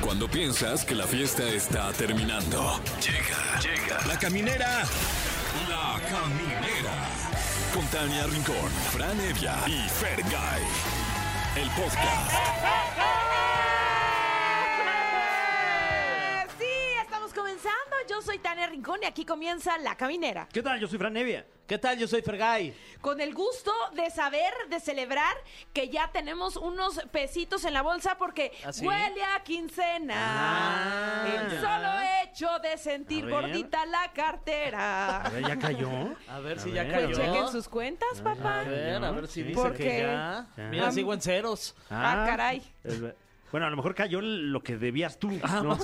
Cuando piensas que la fiesta está terminando. Llega, llega. La caminera. La caminera. Con Tania Rincón, Fran Evia y Fer El podcast. ¡Eh! Sí, estamos comenzando. Yo soy Tania Rincón y aquí comienza La Caminera. ¿Qué tal? Yo soy Fran Evia. ¿Qué tal? Yo soy Fergay. Con el gusto de saber, de celebrar que ya tenemos unos pesitos en la bolsa porque ¿Ah, sí? huele a quincena. Ah, el ya. solo hecho de sentir A ver. gordita la A cartera. ver, ¿ya cayó? A ver A si ver, ya a Pues ver. cayó. chequen sus cuentas, A papá. ver, a ¿no? ver si Sí, dice ¿por que qué? ya. Ya. Mira, Am- sigo en ceros. Ah, caray. es ver- Bueno, a lo mejor cayó lo que debías tú. Ah, ¿no?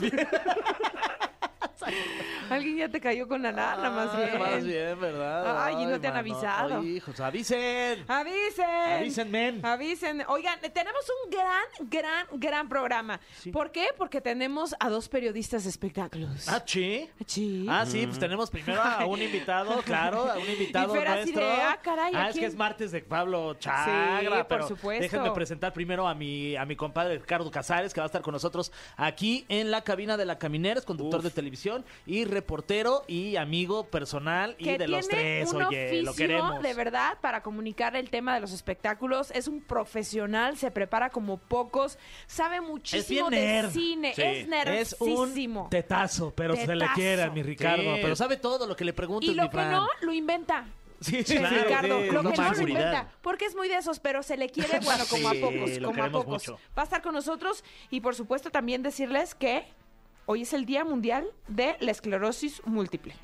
Alguien ya te cayó con la lana, más Ay, bien. Ah, Más bien, ¿verdad? Ay, y no te han avisado. Ay, hijos, avisen. Avisen. Avisen, men. Avisen. Oigan, tenemos un gran, gran, gran programa. Sí. ¿Por qué? Porque tenemos a dos periodistas de espectáculos. Ah, sí. Sí. Ah, sí, pues tenemos primero a un invitado, claro, a un invitado Mm. Y Fer así nuestro. de, ah, caray, ¿a Ah, es quién? que es martes de Pablo Chagra, Sí, por pero supuesto. déjenme presentar primero a mi a mi compadre Ricardo Casares, que va a estar con nosotros aquí en la cabina de La Caminera, es conductor Uf. de televisión y reportero y amigo personal y que de los tiene tres, un oye, oficio lo queremos. de verdad para comunicar el tema de los espectáculos. Es un profesional, se prepara como pocos, sabe muchísimo bien nerd. de cine, Sí. es es un nerdísimo. tetazo, pero se le Tetazo. quiere a mi Ricardo, Sí. pero sabe todo lo que le preguntes, Y lo mi que Fran. no, lo inventa. Sí, Sí, Claro, Ricardo, sí, lo no que no más lo seguridad. inventa, porque es muy de esos, pero se le quiere, bueno, como Sí, a pocos, lo como a queremos pocos. mucho. Va a estar con nosotros y por supuesto también decirles que hoy es el Día Mundial de la Esclerosis Múltiple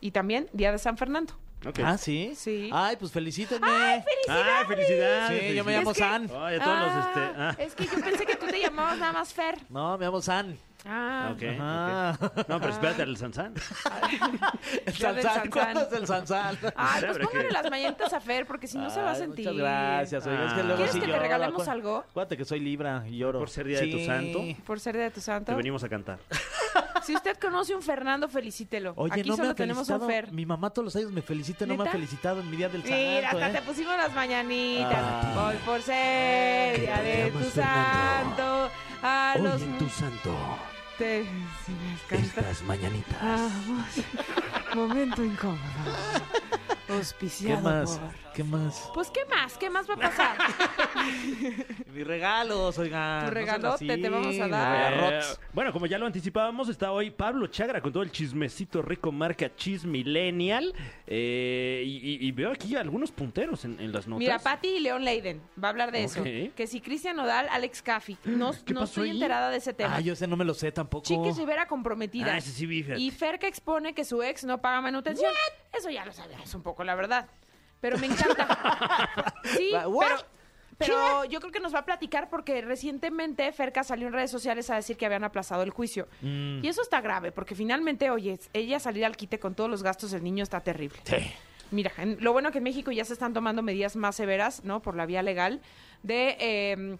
y también Día de San Fernando. Ok. Ah, sí. Sí. Ay, pues felicítenme. ¡Ay, felicidades! Sí, yo me felicidades. llamo Es que- San. Ay, a Ah, todos los, este, Ah, ah. Es que yo pensé que tú te llamabas nada más Fer. No, me llamo San. Ah, Ok, Ajá. ok. No, pero espérate Ah. al Sansán. El Ya del Sansal. ¿Cuándo Sansán. es el Sansal? Ay, Sabrá pues que- póngale las mañanitas a Fer porque si no se va a Ay, sentir. Muchas gracias. oiga, es que Ah. luego ¿Quieres sí que te lloro. regalemos Acu- algo? Acuérdate que soy Libra y lloro. Por ser día de tu santo. Por ser de tu Te santo. venimos a cantar. Si usted conoce un Fernando, felicítelo. Oye, Aquí no me solo ha tenemos un felicitado. Fer. Mi mamá todos los años me felicita, no me ¿Neta? ha felicitado en mi día del santo. Mira, hasta ¿eh? te pusimos las mañanitas. Ah. Hoy por ser Que día te de llamas tu Fernando. santo. A Hoy los en tu santo, te- si les canta- estas mañanitas. Vamos. Momento incómodo. Auspiciado ¿Qué más? por- ¿Qué más? Pues, ¿qué más? ¿Qué más va a pasar? Mis regalos, oigan. Tu no sean regalote así, te vamos a mis dar. regalarrots. Eh, bueno, como ya lo anticipábamos, está hoy Pablo Chagra con todo el chismecito rico marca Chis Millennial. Eh, y, y- y veo aquí algunos punteros en, en las notas. Mira, Patti y León Leiden va a hablar de Ok. eso. Que si Cristian Nodal, Alex Caffi. No, ¿Qué no pasó estoy ahí? enterada de ese Eh, tema. Ah, yo ese no me lo sé tampoco. Chiquis Rivera comprometida. Ah, ese sí vi, fíjate. y Fer que expone que su ex no paga manutención. Eso ya lo sabíamos un poco, la verdad. Pero me encanta. sí, Va, ¿what? pero, pero yo creo que nos va a platicar porque recientemente Ferca salió en redes sociales a decir que habían aplazado el juicio. Mm. Y eso está grave porque finalmente, oye, ella salir al quite con todos los gastos del niño está terrible. Sí. Mira, en- lo bueno que en México ya se están tomando medidas más severas, ¿no? Por la vía legal, de eh,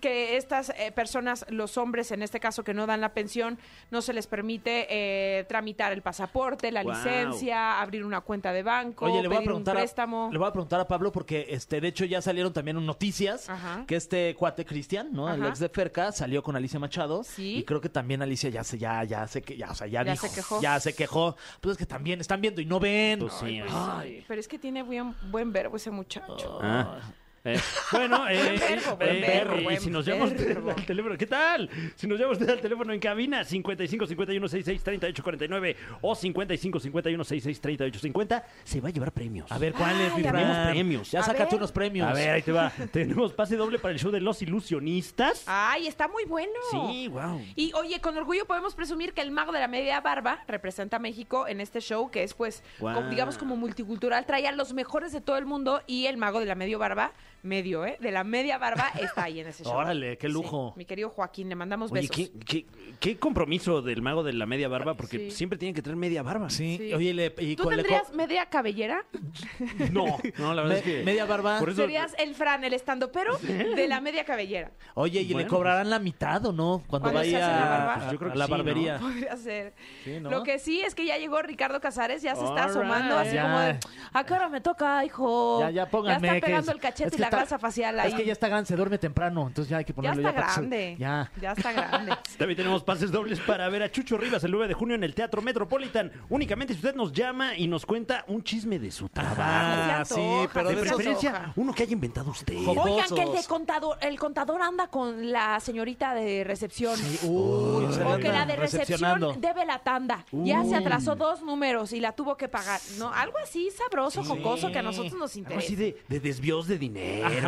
que estas eh, personas, los hombres en este caso que no dan la pensión, no se les permite eh, tramitar el pasaporte, la Guau. licencia, abrir una cuenta de banco, Oye, le voy a pedir un preguntar, préstamo. a, le voy a preguntar a Pablo porque este de hecho ya salieron también noticias Ajá. que este cuate Cristian, ¿no? El Ajá. ex de Ferca salió con Alicia Machado Sí. y creo que también Alicia ya se ya ya se que ya, o sea, ya, Ya dijo, se quejó. ya se quejó. Pues es que también están viendo y no ven. Pues sí, Ay, así. Ay, pero es que tiene buen, buen verbo ese muchacho. Oh. Ah. Eh, bueno, eh, Buen verbo, buen eh, verbo, eh, buen si nos llama usted verbo. al teléfono, ¿qué tal? Si nos llama usted al teléfono en cabina 55 51 66 38 49 o 55 51 66 38 50, se va a llevar premios. A ver cuáles, Ay, mi a Fran? ver. premios. Ya Ah, A saca ver. tú unos premios. A ver, ahí te va. Tenemos pase doble para el show de los ilusionistas. Ay, está muy bueno. Sí, wow. Ah, Y oye, con orgullo podemos presumir que el mago de la media barba representa a México en este show que es pues, Guau. como- digamos como multicultural, trae a los mejores de todo el mundo y el mago de la medio barba, medio, ¿eh? De la media barba está ahí en ese show. Órale, qué lujo. Sí, mi querido Joaquín, le mandamos Oye, besos. ¿qué, qué, qué compromiso del mago de la media barba, porque Sí. siempre tienen que traer media barba. Sí. Sí. Oye, le, y ¿Tú con- le co- tendrías media cabellera? No, no, la verdad me- es que... media barba. Por eso- Serías el Fran, el estando, pero de la media cabellera. Oye, y le Bueno, cobrarán la mitad o no cuando ¿Cuándo se vaya hace la barba? a- Pues yo creo a que la sí, ¿no? barbería. Podría ser. Sí, ¿no? Lo que sí es que ya llegó Ricardo Casares, ya se está All asomando, right. así como de, Ya. ¿a qué hora me toca, hijo? Ya, ya, pónganme. Ya está que pegando es- el cachete es y la está- grasa facial ahí. Es que ya está grande, se duerme temprano, entonces ya hay que Ya ponerlo está para que se- grande. Ya. Ya está grande. También tenemos pases dobles para ver a Chucho Rivas el 9 de junio en el Teatro Metropolitan. Únicamente si usted nos llama y nos cuenta un chisme de su trabajo. Ah, se sí, antoja, pero se De de esos- preferencia, antoja. uno que haya inventado usted. Joder. Oigan, que el, de Osos. contador, el contador anda con la señorita de recepción. Uy, se le O que la andan de uh, recepcionando. recepción debe la tanda. Ya se atrasó dos números y la tuvo que pagar. ¿No? Algo así sabroso, jocoso, que a nosotros nos Algo así interesa. de, de desvíos de dinero. Ajá.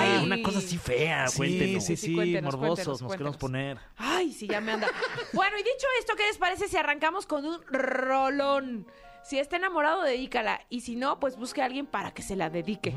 de Ay. Una cosa así fea, Sí, Ah, cuéntenos. sí, Sí, sí, cuéntenos, morbosos, cuéntenos, nos queremos cuéntenos. poner. Ay, sí, ya me anda. Bueno, y dicho esto, ¿qué les parece si arrancamos con un rolón? Si está enamorado, dedícala. Y si no, pues busque a alguien para que se la dedique.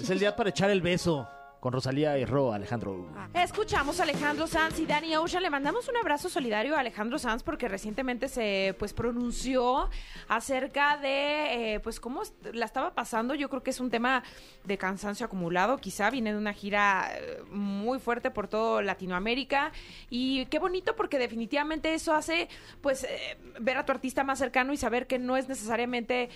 Es el día para echar el beso con Rosalía y Ro, Alejandro. Ah. Escuchamos a Alejandro Sanz y Danny Ocean. Le mandamos un abrazo solidario a Alejandro Sanz porque recientemente se pues pronunció acerca de eh, pues cómo est- la estaba pasando. Yo creo que es un tema de cansancio acumulado. Quizá viene de una gira eh, muy fuerte por todo Latinoamérica. Y qué bonito porque definitivamente eso hace pues eh, ver a tu artista más cercano y saber que no es necesariamente eh,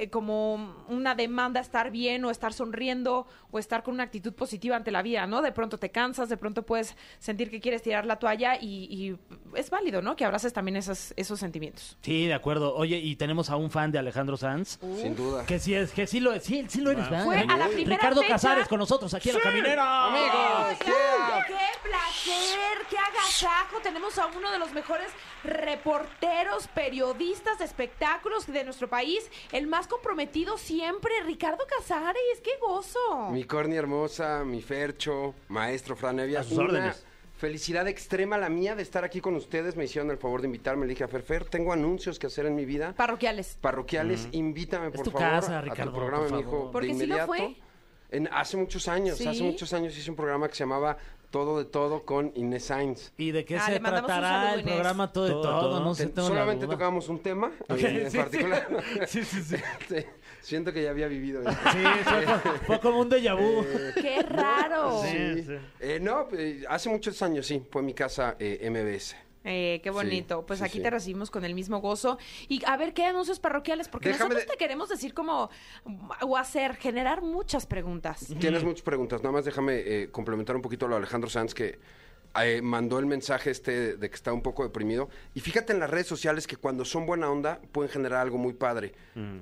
eh, como una demanda estar bien o estar sonriendo o estar con una actitud positiva ante la vida, ¿no? De pronto te cansas, de pronto puedes sentir que quieres tirar la toalla y, y es válido, ¿no? Que abraces también esas, esos sentimientos. Sí, de acuerdo. Oye, y tenemos a un fan de Alejandro Sanz. Sin duda. Que sí es, que sí lo es, sí, sí lo eres, ¿verdad? Fue a la Uy. primera Ricardo fecha. Ah, Casares con nosotros aquí en la caminera. Amigos, Oigan, ¡Qué placer! ¡Qué agasajo! Tenemos a uno de los mejores reporteros, periodistas de espectáculos de nuestro país, el más comprometido siempre, Ricardo Casares. ¡Qué gozo! mi Corny hermosa, mi Fercho, maestro Fran Evia, A sus una órdenes. Felicidad extrema la mía de estar aquí con ustedes. Me hicieron el favor de invitarme. Le dije a Ferfer, tengo anuncios que hacer en mi vida. Parroquiales. Parroquiales, invítame por tu favor casa, a Ricardo, tu programa, por mi favor. hijo. Porque de sí lo inmediato. fue. En, hace muchos años, Sí. hace muchos años hice un programa que se llamaba Todo de Todo con Inés Sainz. ¿Y de qué Ah, se le mandamos un tratará saludo, el Inés. programa todo de todo? Todo, todo. No sé, Ten- tengo Pues la solamente duda. tocábamos un tema eh, en Sí, sí. particular. Sí, sí, sí. Este, Siento que ya había vivido esto. Sí, fue, co- fue como un déjà vu. ¡Qué raro! Sí. sí. Eh, no, eh, hace muchos años sí, fue mi casa eh, MBS. Eh, qué bonito. Sí, pues sí, aquí sí. te recibimos con el mismo gozo. Y a ver, ¿qué anuncios parroquiales? Porque Déjame nosotros de- te queremos decir como, o hacer, generar muchas preguntas. Tienes muchas preguntas, nada más déjame eh, complementar un poquito a lo de Alejandro Sanz que eh, mandó el mensaje este de que está un poco deprimido. Y fíjate en las redes sociales que cuando son buena onda pueden generar algo muy padre.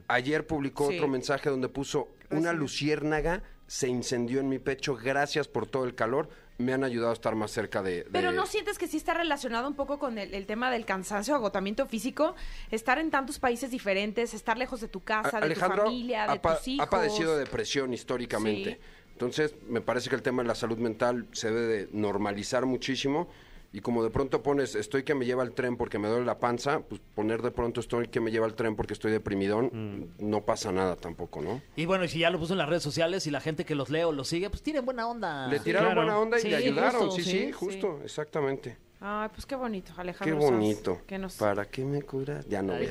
Ayer publicó Sí. Pues otro mensaje donde puso una luciérnaga se incendió en mi pecho, gracias por todo el calor, me han ayudado a estar más cerca de... de- Pero ¿no sientes que sí está relacionado un poco con el, el tema del cansancio, agotamiento físico? Estar en tantos países diferentes, estar lejos de tu A- casa, de tu familia, de ha, pa- tus hijos. ha padecido depresión históricamente. Sí. Entonces, me parece que el tema de la salud mental se debe de normalizar muchísimo. Y como de pronto pones, estoy que me lleva el tren porque me duele la panza, pues poner de pronto estoy que me lleva el tren porque estoy deprimidón, Mm. no pasa nada tampoco, ¿no? Y bueno, y si ya lo puso en las redes sociales y la gente que los lee o los sigue, pues tienen buena onda. Le tiraron Ah, claro. buena onda y Sí, le ayudaron, justo, sí, sí, sí, sí. justo, exactamente. Ay, pues qué bonito, Alejandro. Qué Sanz, bonito. que nos- ¿Para qué me curas? Ya no. güey.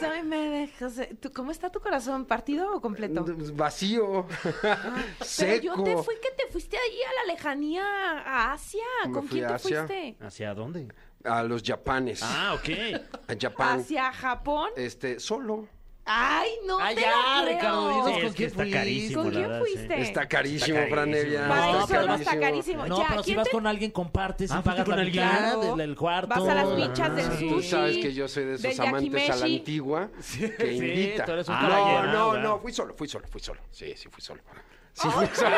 Soy me dejas. de- ¿Tú- ¿Cómo está tu corazón? ¿Partido o completo? Vacío, Ah, Pero yo seco. te fui que te fuiste ahí a la lejanía, a Asia. Me ¿Con fui quién a te Asia. fuiste? ¿Hacia dónde? A los japanes, Ah, ok. a Japán, ¿Hacia Japón? este, solo. Ay, no Ay, te ya, lo creo. Ricardo, dinos Sí, con es que quién está fuiste. carísimo, ¿Con la quién verdad, sí. fuiste? Está carísimo, Está Fran carísimo. Evia. Para No, eso solo está carísimo. No, ya, pero si ¿quién vas te- con alguien, compartes Ah, y pagas fuiste con la alguien. mitad, Claro. el, el cuarto. Vas a las bichas michas del Ah, sur. Tú sushi, sabes que yo soy de esos del amantes a la yakimeshi. antigua que sí, invita. tú eres un no, caballero. no, Ah, no, fui solo, fui solo, fui solo. Sí, sí, fui solo. Sí, Ay, fui solo.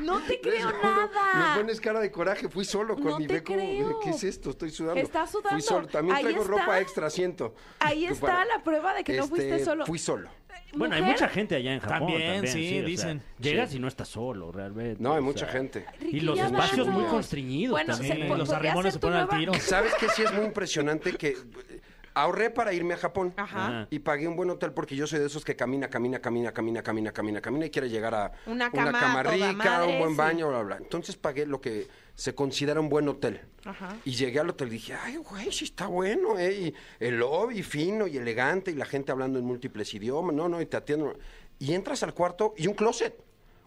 No te Les Oh, creo juro, Me nada. pones cara de coraje, fui solo con No mi te beco. creo. ¿Qué es esto? Estoy sudando. Estás sudando. Fui solo, también Ahí traigo está. ropa extra, siento. Ahí está Para- la prueba de que no fuiste Este, solo. Fui solo. Bueno, hay Mujer, mucha gente allá en Japón. También, También, sí, o sea, dicen. llegas Sí. y no estás solo, realmente. No, hay o mucha sea. gente. Y los ya espacios muy vámonos. constreñidos Bueno, también. se- Sí, po- los podría arrimones se ser tu ponen al nueva- tiro. ¿Sabes que sí es muy impresionante que eh, ahorré para irme a Japón? Ajá. Y pagué un buen hotel porque yo soy de esos que camina, camina, camina, camina, camina, camina, camina y quiere llegar a Una cama a toda rica, madre, un buen sí. baño, bla, bla. Entonces pagué lo que se considera un buen hotel. Ajá. Y llegué al hotel y dije, ay, güey, sí está bueno, ¿eh? Y el lobby fino y elegante y la gente hablando en múltiples idiomas, no, no, y te atienden. Y entras al cuarto y un closet.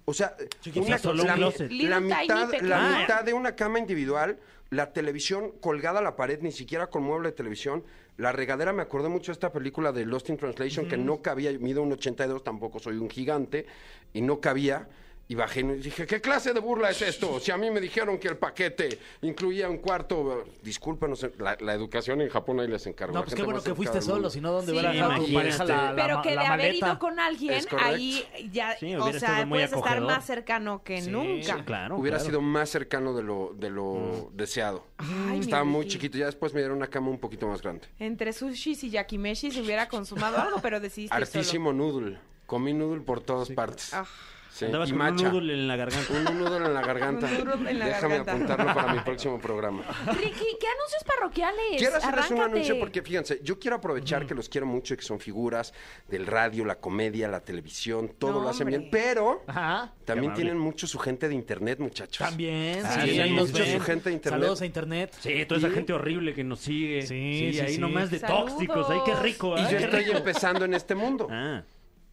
O sea, Chiquitito, solo un la, closet. Ah, Little la mitad, tiny la pequeño. mitad de una cama individual, la televisión colgada a la pared, ni siquiera con mueble de televisión. La regadera, me acordé mucho de esta película de Lost in Translation, que no cabía, yo mido un 82, tampoco soy un gigante, y no cabía. Y bajé y dije, ¿qué clase de burla es esto? Si a mí me dijeron que el paquete incluía un cuarto... Discúlpanos, la, la educación en Japón ahí les encargo. No, pues qué bueno que fuiste solo, si no, ¿dónde Sí, hubiera dejado tu imagínate. pareja la, la Pero ma- que la de haber maleta? ido con alguien, Es correcto. ahí ya, Sí, o hubiera estado sea, muy puedes estar acogedor. más cercano que Sí, nunca. Claro. Hubiera claro. sido más cercano de lo, de lo Mm. deseado. Ay, mi Estaba muy Ricky. chiquito. Ya después me dieron una cama un poquito más grande. Entre sushis y yakimeshis se hubiera consumado algo, pero decidiste ir solo. Artísimo noodle. Comí noodle por todas partes. Ah. Sí, Andabas eh, y con un matcha. noodle en la garganta. Un noodle en la garganta. Un noodle en la Déjame garganta. apuntarlo para mi próximo programa. Ricky, ¿qué anuncios parroquiales? Quiero hacerles un Arráncate. anuncio porque fíjense, yo quiero aprovechar que los quiero mucho, que son figuras del radio, la comedia, la televisión, todo No, lo hacen bien, hombre. pero Ajá. Ah, también amable. tienen mucho su gente de internet, muchachos. También. Ah, sí, ahí sí, nos mucho ven. su gente de internet. Saludos a internet. Sí, toda esa gente horrible que nos sigue. Sí, Sí, sí, ahí sí. nomás de Saludos. tóxicos. Ay, qué rico. Y ay, yo qué estoy rico. empezando en este mundo. Ah,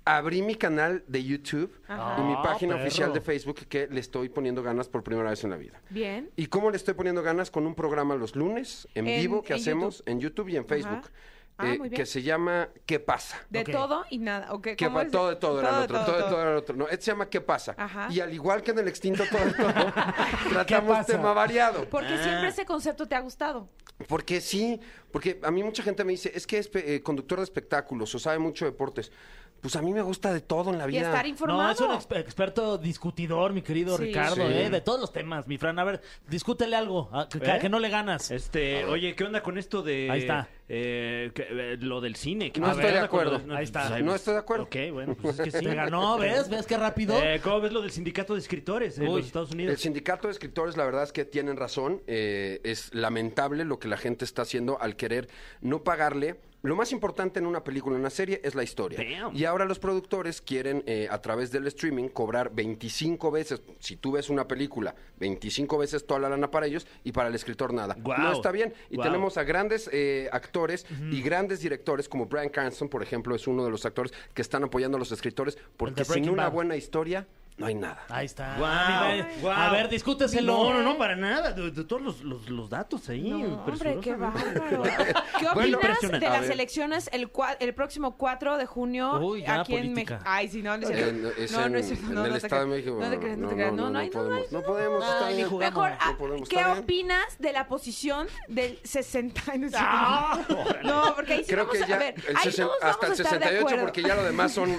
Abrí mi canal de YouTube Ajá. y mi página perro. oficial de Facebook que le estoy poniendo ganas por primera vez en la vida. Bien. ¿Y cómo le estoy poniendo ganas? Con un programa los lunes en, En- vivo que en hacemos en YouTube y en Facebook, Ah, eh, muy bien. que se llama ¿Qué pasa? De Ok. todo y nada. ¿O qué? Que ¿Cómo va es? todo de todo, era el de otro, todo de todo era el otro. No, este se llama ¿Qué pasa? Ajá. Y al igual que en el extinto todo de todo, tratamos pasa? tema variado. Porque Ah. siempre ese concepto te ha gustado. Porque sí, porque a mí mucha gente me dice, es que es pe- eh, conductor de espectáculos o sabe mucho de deportes. Pues a mí me gusta de todo en la Y vida. estar No, es informado. un exper- experto discutidor, mi querido Sí. Ricardo, Sí. ¿eh? de todos los temas, mi Fran. A ver, discútele algo, a- que, ¿Eh? que no le ganas. este, oye, ¿qué onda con esto de. Ahí está. eh, que- eh, lo del cine. ¿Qué No onda? estoy ¿Qué de onda con acuerdo. lo- Ahí está. pues, No estoy de acuerdo. Ok, bueno, pues es que sí. Te ganó, ¿ves? ¿Ves qué rápido? Eh, ¿Cómo ves lo del sindicato de escritores en Uy, los Estados El Unidos? sindicato de escritores, la verdad es que tienen razón. eh, es lamentable lo que la gente está haciendo al querer no pagarle. Lo más importante en una película, en una serie, es la historia. Damn. Y ahora los productores quieren, eh, a través del streaming, cobrar 25 veces. Si tú ves una película, 25 veces toda la lana para ellos y para el escritor nada. Guau. No está bien. Y Guau. tenemos a grandes eh, actores y grandes directores, como Brian Cranston, por ejemplo, es uno de los actores que están apoyando a los escritores, porque sin Breaking una Bad. buena historia no hay nada. Ahí está. Guau, Mi Fran, guau. A ver, discúteselo. No, no, no, para nada. De, de todos los, los- los datos ahí. No, hombre, qué impresionante. bárbaro. ¿Qué Bueno, opinas de impresionante. A las ver. elecciones el, cua- el próximo 4 de junio Uy, ya, aquí en política. México? Ay, sí, no, no es cierto. En- es no, no en- es cierto. en No, el no te Estado de creas. México. No te creas, no, te No, creas. no, No, no no, hay- no, podemos, hay- no podemos, hay- está bien. Mejor, No ah, podemos, ¿qué está bien. opinas de la posición del 60? No, es cierto. No, porque ahí sí Creo vamos que a ya ver. el ahí sesen- todos hasta el vamos a estar de 68, acuerdo. porque ya lo demás son.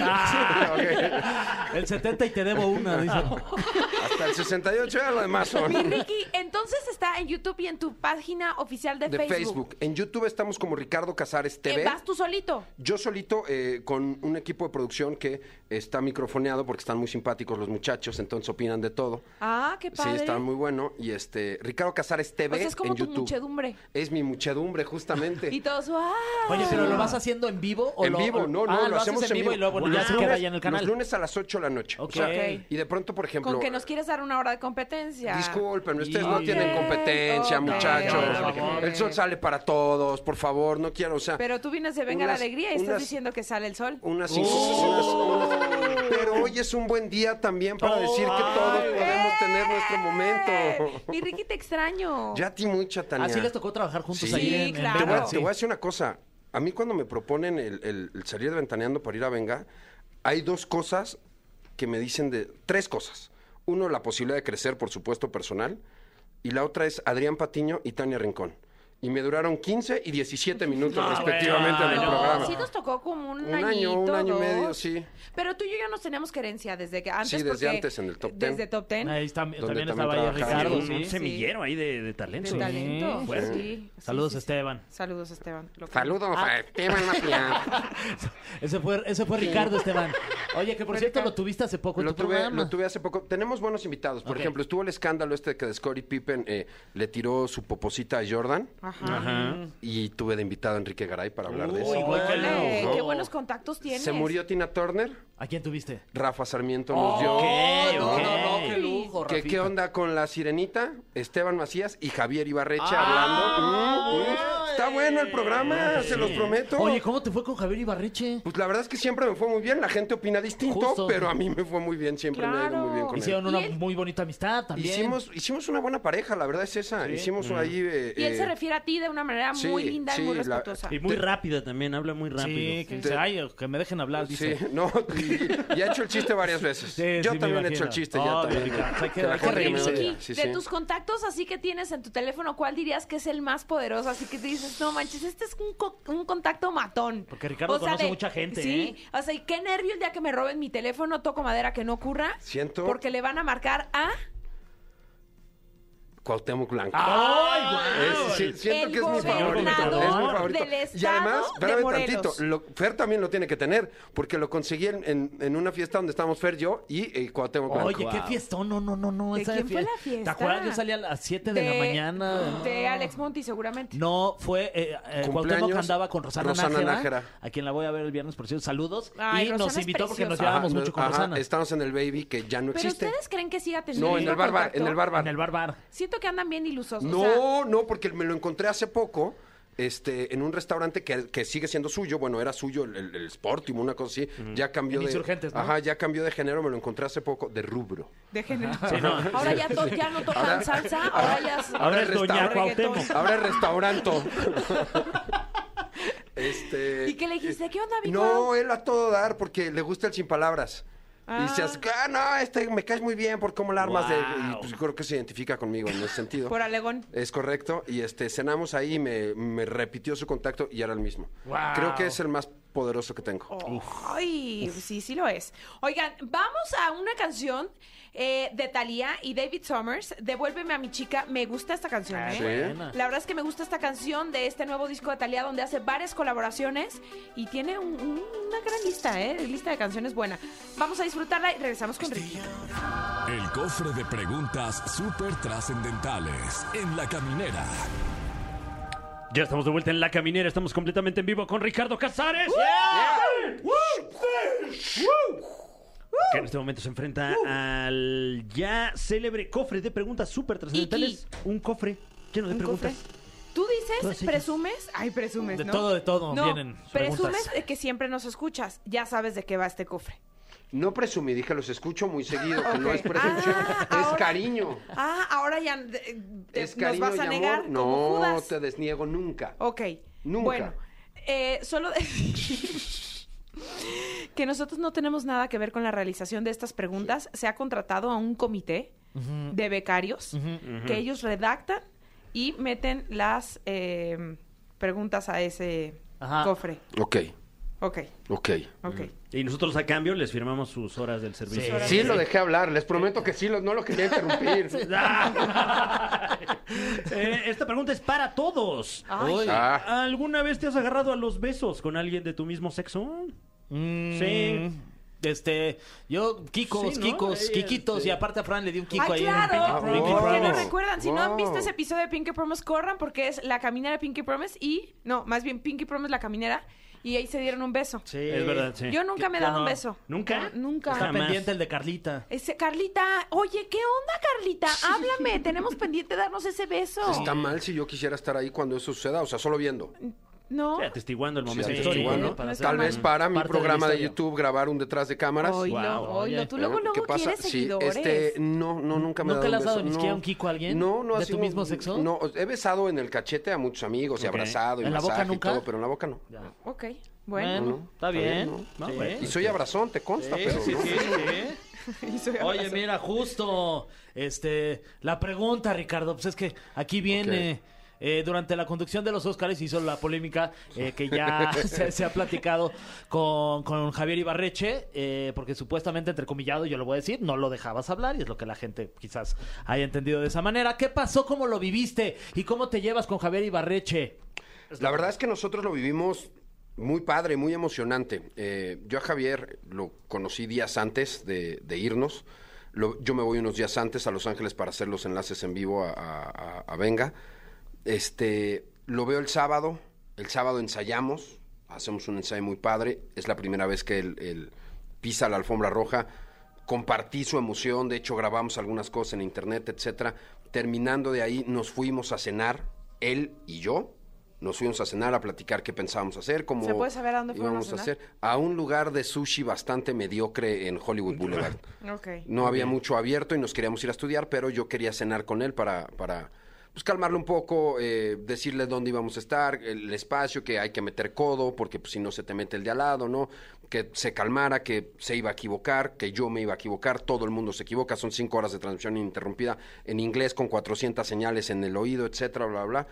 Ah. Sí, ok. El 70 y te debo una, dice. Hasta el 68 ya lo demás son. Mi Ricky, entonces está en YouTube y en tu página oficial de, De Facebook. En YouTube estamos como Ricardo Casares TV. Eh, Vas tú solito. Yo solito eh, con un equipo de producción que está microfoneado porque están muy simpáticos los muchachos, entonces opinan de todo. Ah, qué Sí, padre. está muy bueno. Y este, Ricardo Casares TV O sea, es como en tu YouTube. muchedumbre. Es mi muchedumbre, justamente. Y todos, ¡ah! Oye, pero ¿lo vas haciendo en vivo? O en lo- vivo, no, no, Ah, lo, hacemos haces en vivo, y luego bueno, ya Los se queda lunes- ya en el canal. Los lunes a las 8 de la noche. O Ok. sea, y de pronto, por ejemplo. Con que nos quieres dar una hora de competencia. Disculpen, ustedes Ok. no tienen competencia, Ok, muchachos. por favor. El sol sale para todos, por favor, no quiero, o sea. Pero tú vienes de Venga unas- la Alegría y estás unas- diciendo que sale el sol. Unas cinco- Oh. unas- unas- pero hoy es un buen día también para decir que Oh, todos podemos tener nuestro ¡Eh! Mi momento. Ricky, te extraño. Ah, Ya a ti mucha, Tania. Así les tocó trabajar juntos Sí, ahí en- en claro. Te voy, a, Venga, te voy a decir una cosa. A mí cuando me proponen el, el- el salir de Ventaneando para ir a Venga, hay dos cosas que me dicen de... Tres cosas. Uno, la posibilidad de crecer, por supuesto, personal. Y la otra es Adrián Patiño y Tania Rincón. Y me duraron 15 y 17 minutos respectivamente en bueno, el no, programa. sí nos tocó como un, Un año, añito, un año y dos. medio, sí. Pero tú y yo ya nos tenemos querencia desde que antes. Sí, desde porque- antes en el top ten. Desde top ten. Ahí está, también, también estaba ahí trabajaba. Ricardo, un, sí. un semillero ahí de, de talento. De talento. pues, sí, sí, Saludos, sí, sí. Esteban. Saludos, Esteban. Lo que- Saludos a Esteban Macián. Ese fue, ese fue Ricardo, Esteban. Oye, que por cierto lo tuviste hace poco en Lo tu tuve, programa. lo tuve hace poco. Tenemos buenos invitados. Por Ok. ejemplo, estuvo el escándalo este que de Scottie Pippen eh, le tiró su poposita a Jordan. Ajá. Ah. Y tuve de invitado a Enrique Garay para hablar de eso. Uy, güey, qué Ole, lujo. eh, qué buenos contactos tienes. Se murió Tina Turner, ¿A quién tuviste? Rafa Sarmiento nos dio. Ok, no, ok. no, no, qué lujo, ¿Qué, Ah, qué onda con la sirenita? Esteban Macías y Javier Ibarreche hablando. Mm, mm. Está bueno el programa, se los prometo. Oye, ¿cómo te fue con Javier Ibarreche? Pues la verdad es que siempre me fue muy bien, la gente opina distinto, Justo. pero a mí me fue muy bien, siempre me ha ido Claro. muy bien con él. Hicieron ¿Y una él? muy bonita amistad también. Hicimos, hicimos una buena pareja, la verdad es esa. Hicimos ahí... eh, Y él se eh, refiere a ti de una manera sí, muy linda sí, y muy la- respetuosa. Y muy rápida también, habla muy rápido. Sí, que, dice, ay, que me dejen hablar, dice. Sí, no, y, y ha hecho el chiste varias veces. Sí, sí, yo me también he imagino. hecho el chiste. Oh, ya también, mira, hay que- la hay que gente me reírse. odia. Ricky, Sí, de sí. tus contactos así que tienes en tu teléfono, ¿cuál dirías que es el más poderoso? Así que te dices, no manches, este es un, co- un contacto matón. Porque Ricardo conoce mucha gente, ¿eh? Sí, o sea, y qué nervio el día que me roben mi teléfono, toco madera que no ocurra. Siento- Porque le van a marcar a Cuauhtémoc Blanco. ¡Ay, guau! Es- Eh, sí, siento El que es mi favorito. gobernador Es mi favorito. del y estado además, de espérame Morelos. tantito, lo- Fer también lo tiene que tener, porque lo conseguí en, en- en una fiesta donde estábamos Fer, yo y eh, Cuauhtémoc Blanco. Oye, qué fiestón, no, no, no, no. ¿De esa quién fue la ¿Te fiesta? acuerdas? Yo salía a las 7 de, la mañana. de Alex Monti, seguramente. No, fue eh, eh, Cuauhtémoc Cumpleaños, andaba con Rosana, Rosana Nájera, Nájera. a quien la voy a ver el viernes, por cierto, saludos. Ay, y Rosana nos es invitó porque preciosa. nos Ajá, llevábamos no- mucho con ajá, Rosana. Estamos en el baby que ya no Pero existe. ustedes creen que siga teniendo No, en mismo el barbar, contacto? en el barbar. En el barbar. Siento que andan bien ilusos. o No, sea, no, porque me lo encontré hace poco. Este, en un restaurante que, que sigue siendo suyo, bueno, era suyo el, el, el Sportium, una cosa así, ya cambió En de... Insurgentes, ¿no? Ajá, ya cambió de género, me lo encontré hace poco, de rubro. déjenme. Ahora ya, to- ya no tocan Ahora- salsa, ahora- ahora, ya... se- Ahora es Doña Restaurante. Cuauhtémoc. Ahora es restauranto. este, ¿Y qué le dijiste? ¿Qué onda, mi No, Cuau? él a todo dar porque le gusta el sin palabras. Ah. Y se hace, ah, no, este me caes muy bien por cómo la armas. de-". Wow. Y pues creo que se identifica conmigo en ese sentido. Por Alegón. Es correcto. Y este cenamos ahí, me, me repitió su contacto y era el mismo. Wow. Creo que es el más poderoso que tengo. Ay, sí, sí lo es. Oigan, vamos a una canción eh, de Thalía y David Summers. Devuélveme a mi chica. Me gusta esta canción. Ah, ¿eh? sí. buena. La verdad es que me gusta esta canción de este nuevo disco de Thalía donde hace varias colaboraciones y tiene un- un- una gran lista, ¿eh? Lista de canciones buena. Vamos a disfrutarla y regresamos con Este, Ricky. El cofre de preguntas súper trascendentales en la caminera. Ya estamos de vuelta en La Caminera, estamos completamente en vivo con Ricardo Casares. Que en este momento se enfrenta al ya célebre cofre de preguntas súper trascendentales. Un cofre lleno de Un preguntas. cofre. Tú Todas dices, ellas. presumes, ay, presumes, De ¿no? todo, de todo No, vienen presumes preguntas. de que siempre nos escuchas. Ya sabes de qué va este cofre. No presumí, dije, los escucho muy seguido, que no Ok. es presunción, Ah, es ahora- cariño. Ah, ahora ya eh, eh, Es nos cariño vas a y negar. amor. como No, Judas. te desniego nunca. Ok. Nunca. Bueno, eh, solo decir que nosotros no tenemos nada que ver con la realización de estas preguntas. Se ha contratado a un comité de becarios que ellos redactan y meten las eh, preguntas a ese Ajá. cofre. Ok, Ok, ok. ok. Y nosotros a cambio les firmamos sus horas del servicio. Sí, lo dejé hablar, les prometo que sí, lo- no lo quería interrumpir. Ah. Eh, esta pregunta es para todos. Ay. Uy. Ah, ¿Alguna vez te has agarrado a los besos con alguien de tu mismo sexo? Mm, Sí. Este, yo, Kikos, Sí, ¿no? Kikos, Ella, Kikitos, sí. y aparte a Fran le di un Kiko ¡Ay, ahí claro! en Pinky- Ah, Pinky wow. ¿Por qué no Promise. recuerdan? Si no han Wow. visto ese episodio de Pinky Promise, corran porque es La Caminera Pinky Promise y... No, más bien Pinky Promise La Caminera y ahí se dieron un beso. Es verdad, sí. Yo nunca me he dado un beso. ¿Nunca? No, nunca. Está Jamás. pendiente el de Carlita. Ese, Carlita, oye, ¿qué onda, Carlita? Háblame, tenemos pendiente darnos ese beso. Está mal si yo quisiera estar ahí cuando eso suceda, o sea, solo viendo. ¿No? Sí, atestiguando el Sí, momento antes histórico. igual, ¿no? ¿no? para hacer Tal una vez para mi parte de la programa de, historia. YouTube grabar un detrás de cámaras. Oilo, Wow, oilo. oye. Tú luego, ¿Eh? luego ¿Qué pasa? quieres Sí, seguidores. este, no, no, nunca me he ¿Nunca le dado has un dado beso, ni no. siquiera un kiko a alguien? No, no ¿De así tu no- mismo sexo? No, he besado en el cachete a muchos amigos y Ok. abrazado y ¿En la boca masaje y nunca? todo, pero en la boca no. Ok, Bueno, bueno. está bien. ¿no? Sí. Bueno. Y soy abrazón, te consta, ¿Eh? Sí, pero sí, pues, no. sí, sí. Y soy Oye, abrazón. mira, justo, este, la pregunta, Ricardo, pues es que aquí viene, eh, durante la conducción de los Óscares hizo la polémica eh, que ya se, se ha platicado con, con Javier Ibarreche, eh, porque supuestamente, entre comillado, yo lo voy a decir, no lo dejabas hablar y es lo que la gente quizás haya entendido de esa manera. ¿Qué pasó? ¿Cómo lo viviste? ¿Y cómo te llevas con Javier Ibarreche? La verdad es que nosotros lo vivimos muy padre, muy emocionante. Eh, yo a Javier lo conocí días antes de, de irnos. Lo- yo me voy unos días antes a Los Ángeles para hacer los enlaces en vivo a, a- a- a Venga. Este, lo veo el sábado. El sábado ensayamos, hacemos un ensayo muy padre. Es la primera vez que él, él pisa la alfombra roja. Compartí su emoción, de hecho grabamos algunas cosas en internet, etcétera. Terminando de ahí nos fuimos a cenar, él y yo, Nos fuimos a cenar a platicar qué pensábamos hacer, cómo ¿Se puede saber a dónde fueron a íbamos a, cenar? hacer. A un lugar de sushi bastante mediocre en Hollywood Boulevard. Ok. No había mucho abierto y nos queríamos ir a estudiar, pero yo quería cenar con él para, para pues, calmarlo un poco, eh, decirle dónde íbamos a estar, el espacio, que hay que meter codo, porque pues, si no se te mete el de al lado, ¿no? Que se calmara, que se iba a equivocar, que yo me iba a equivocar, todo el mundo se equivoca, son cinco horas de transmisión ininterrumpida en inglés con 400 señales en el oído, etcétera, bla, bla.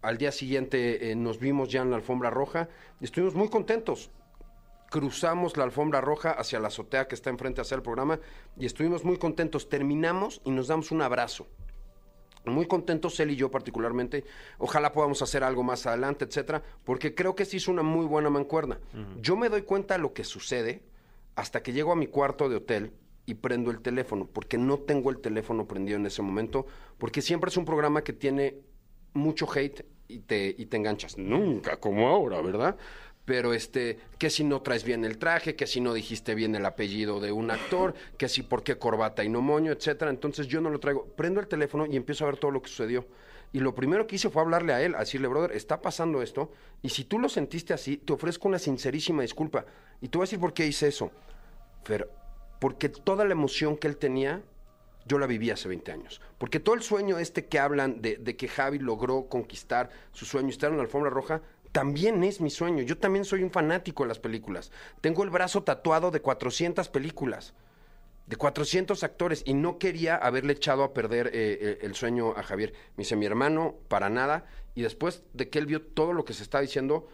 Al día siguiente eh, nos vimos ya en la alfombra roja y estuvimos muy contentos cruzamos la alfombra roja hacia la azotea que está enfrente hacia el programa y estuvimos muy contentos. Terminamos y nos damos un abrazo. Muy contentos él y yo particularmente. Ojalá podamos hacer algo más adelante, etcétera, porque creo que sí es una muy buena mancuerna. Yo me doy cuenta de lo que sucede hasta que llego a mi cuarto de hotel y prendo el teléfono, porque no tengo el teléfono prendido en ese momento, porque siempre es un programa que tiene mucho hate y te, y te enganchas. Nunca como ahora, ¿verdad? Pero este, que si no traes bien el traje, que si no dijiste bien el apellido de un actor, que si por qué corbata y no moño, etcétera. Entonces yo no lo traigo. Prendo el teléfono y empiezo a ver todo lo que sucedió. Y lo primero que hice fue hablarle a él, a decirle, brother, está pasando esto. Y si tú lo sentiste así, te ofrezco una sincerísima disculpa. Y tú vas a decir por qué hice eso. Fer, porque toda la emoción que él tenía, yo la viví hace 20 años. Porque todo el sueño este que hablan de, de que Javi logró conquistar su sueño y estar en la alfombra roja, también es mi sueño. Yo también soy un fanático de las películas. Tengo el brazo tatuado de 400 películas, de 400 actores, y no quería haberle echado a perder eh, eh, el sueño a Javier. Me dice mi hermano, para nada. Y después de que él vio todo lo que se está diciendo,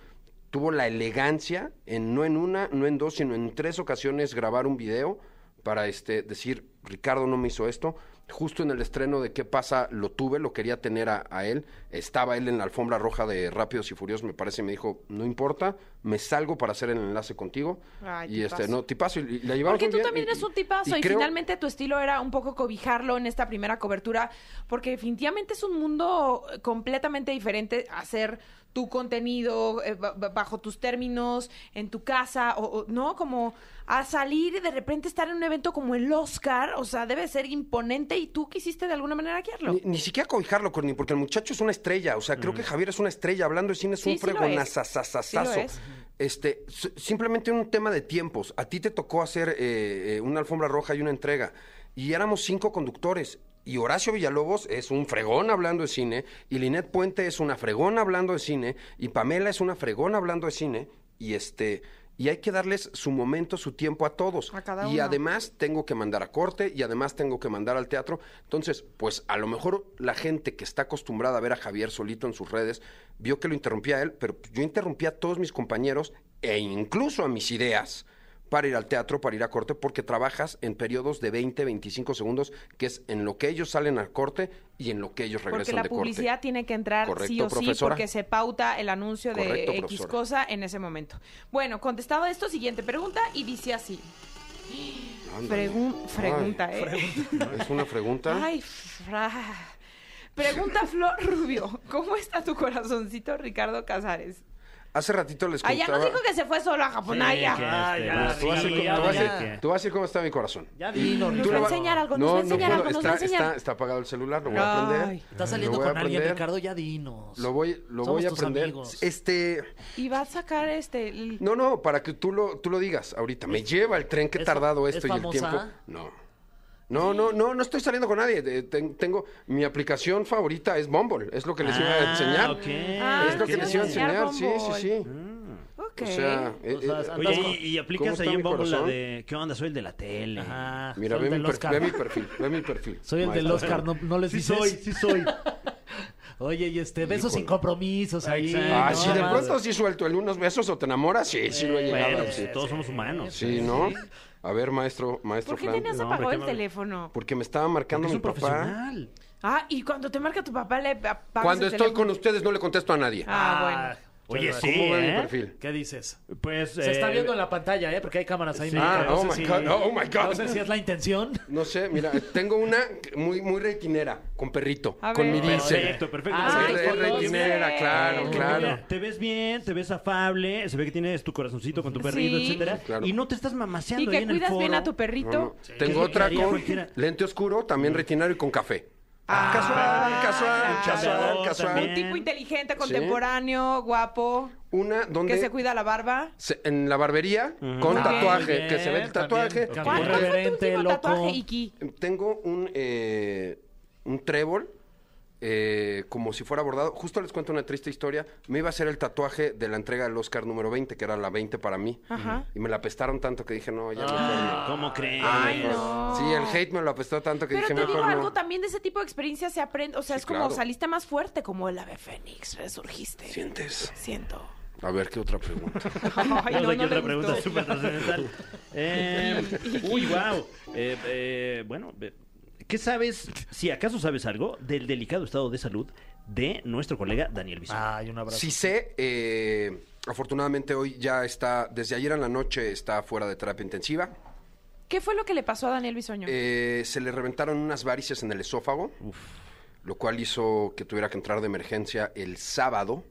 tuvo la elegancia en no en una, no en dos, sino en tres ocasiones grabar un video para este decir Ricardo no me hizo esto. Justo en el estreno de qué pasa lo tuve, lo quería tener a, a él. Estaba él en la alfombra roja de Rápidos y Furiosos, me parece, y me dijo, no importa, me salgo para hacer el enlace contigo. Ay, y este, tipazo. no, tipazo, y, y la llevamos Porque muy tú bien, también y- eres un tipazo y, creo- finalmente tu estilo era un poco cobijarlo en esta primera cobertura, porque definitivamente es un mundo eh, completamente diferente hacer tu contenido eh, ba- ba- bajo tus términos, en tu casa, o, o- no, como a salir y de repente estar en un evento como el Oscar, o sea, debe ser imponente y tú quisiste de alguna manera guiarlo. Ni, ni siquiera cobijarlo, Corny, porque el muchacho es una estrella. O sea, creo que Javier es una estrella. Hablando de cine es Mm. Sí, un sí lo es. fregonazazazazazo. Sí lo es. Este, s- simplemente un tema de tiempos. A ti te tocó hacer eh, eh, una alfombra roja y una entrega. Y éramos cinco conductores. Y Horacio Villalobos es un fregón hablando de cine. Y Linet Puente es una fregona hablando de cine. Y Pamela es una fregona hablando de cine. Y este. Y hay que darles su momento, su tiempo a todos. A cada y uno. además además tengo que mandar a corte y además tengo que mandar al teatro. Entonces, pues a lo mejor la gente que está acostumbrada a ver a Javier solito en sus redes vio que lo interrumpía a él, pero yo interrumpía a todos mis compañeros e incluso a mis ideas para ir al teatro, para ir a corte, porque trabajas en periodos de 20, 25 segundos, que es en lo que ellos salen al corte y en lo que ellos Porque regresan la de publicidad corte. tiene que entrar sí Correcto, o sí profesora. porque se pauta el anuncio Correcto, de X profesora. cosa en ese momento. Bueno, contestado esto, siguiente pregunta y dice así. Ándale. Pregun- Ay, pregunta, ¿eh? Es una pregunta. Ay, fra- Pregunta Flor Rubio, ¿cómo está tu corazoncito Ricardo Casares? Hace ratito les Ah, ya contaba... nos dijo que se fue solo a Japón. ay, ya. que Ah, este, ya, pues, Tú vas a sí, decir ya, cómo- tú vas a ya. decir- tú vas a decir cómo está mi corazón. Ya vino, Tú Nos va le a va- enseñar algo, nos No, va a no enseñar puedo, algo, nos va está, a enseñar. está- está apagado el celular, lo voy a Ay. aprender. Está saliendo Lo voy a con alguien, aprender. Ricardo, ya dinos. Lo voy, lo Somos voy a tus aprender. amigos. Este, Y va a sacar este. el- no, no, para que tú lo, tú lo digas ahorita. Me lleva el tren, qué ¿Es- tardado es esto y el famosa? tiempo. No. No, no, no, no estoy saliendo con nadie. Eh, ten- tengo, mi aplicación favorita es Bumble, es lo que les iba a enseñar. Ah, Es lo que sí, les iba a enseñar enseñar, sí, sí, Bumble. sí. Ok. O sea, eh, O sea, eh, andas Oye, con- y, y ¿cómo aplicas está ahí en mi Bumble la corazón? de ¿qué onda? Soy el de la tele. Ah, Mira, soy ve el del mi, per- Oscar. ve mi perfil, ve mi perfil. Soy el del Maestro. Oscar, no, no les Sí dices. soy, sí soy. Oye, y este, besos Híjole. sin compromisos ahí. Exacto. Ah, ¿no? sí, de Más- pronto sí suelto en unos besos o te enamoras, sí, sí lo he llegado. Bueno, sí. pues, todos somos humanos. Sí, ¿no? A ver, maestro, maestro ¿Por qué Fran. tenías No, apagado hombre, el qué mal- teléfono? Porque me estaba marcando Porque es mi un papá. profesional. Ah, y cuando te marca tu papá le apagas Cuando el estoy teléfono? con ustedes no le contesto a nadie. Ah, Oye, sí, ¿Cómo ve ¿eh? mi perfil? ¿Qué dices? Pues Se está eh, viendo en la pantalla, ¿eh? Porque hay cámaras ahí. sí. mira. Ah, no oh sé my si- God, oh my No sé si God. es la intención. No sé, mira, tengo una muy, muy reitinera, con perrito, A con ver. mi dice. Perfecto, perfecto. Ah, Porque- sí, Es reitinera, sí. claro, Porque claro. Mira, te ves bien, te ves afable, se ve que tienes tu corazoncito con tu perrito, Sí. etcétera, Sí, claro. y no te estás bueno. Y mamaseando ahí que en el cuidas bien foro. a tu No, perrito. no. ¿Qué es Tengo lo que otra haría con cualquiera? lente oscuro, también reitinario y con café. Ah, Casual, casual, claro. casual, casual. Un tipo inteligente, contemporáneo, guapo, Una donde que se cuida la barba. se- en la barbería con Ah, tatuaje, muy que se ve el bien, tatuaje. también, ¿Cuál, cuál fue tu Irreverente, último loco. tatuaje, Iki? Tengo un, eh, un trébol. eh, como si fuera bordado. Justo les cuento una triste historia. Me iba a hacer el tatuaje de la entrega del Oscar número 20, que era la 20 para mí. Ajá. Y me la apestaron tanto que dije, no, ya mejor Ah. no. ¿Cómo creen? Ay, no. Sí, el hate me lo apestó tanto que Pero dije, te digo mejor algo, no. también de ese tipo de experiencias se aprende. O sea, Sí, es como claro. saliste más fuerte, como el ave fénix, resurgiste. ¿Sientes? Siento. A ver, ¿qué otra pregunta? Ay, Yo sé que le otra pregunta gustó. súper trascendental. Eh, uy, wow. bueno, eh, ¿qué sabes, si acaso sabes algo, del delicado estado de salud de nuestro colega Daniel Bisonó? Ay, un abrazo. Sí sé, eh, afortunadamente hoy ya está, desde ayer en la noche está fuera de terapia intensiva. ¿Qué fue lo que le pasó a Daniel Bisoño? Eh, se le reventaron unas varices en el esófago, lo cual hizo que tuviera que entrar de emergencia el sábado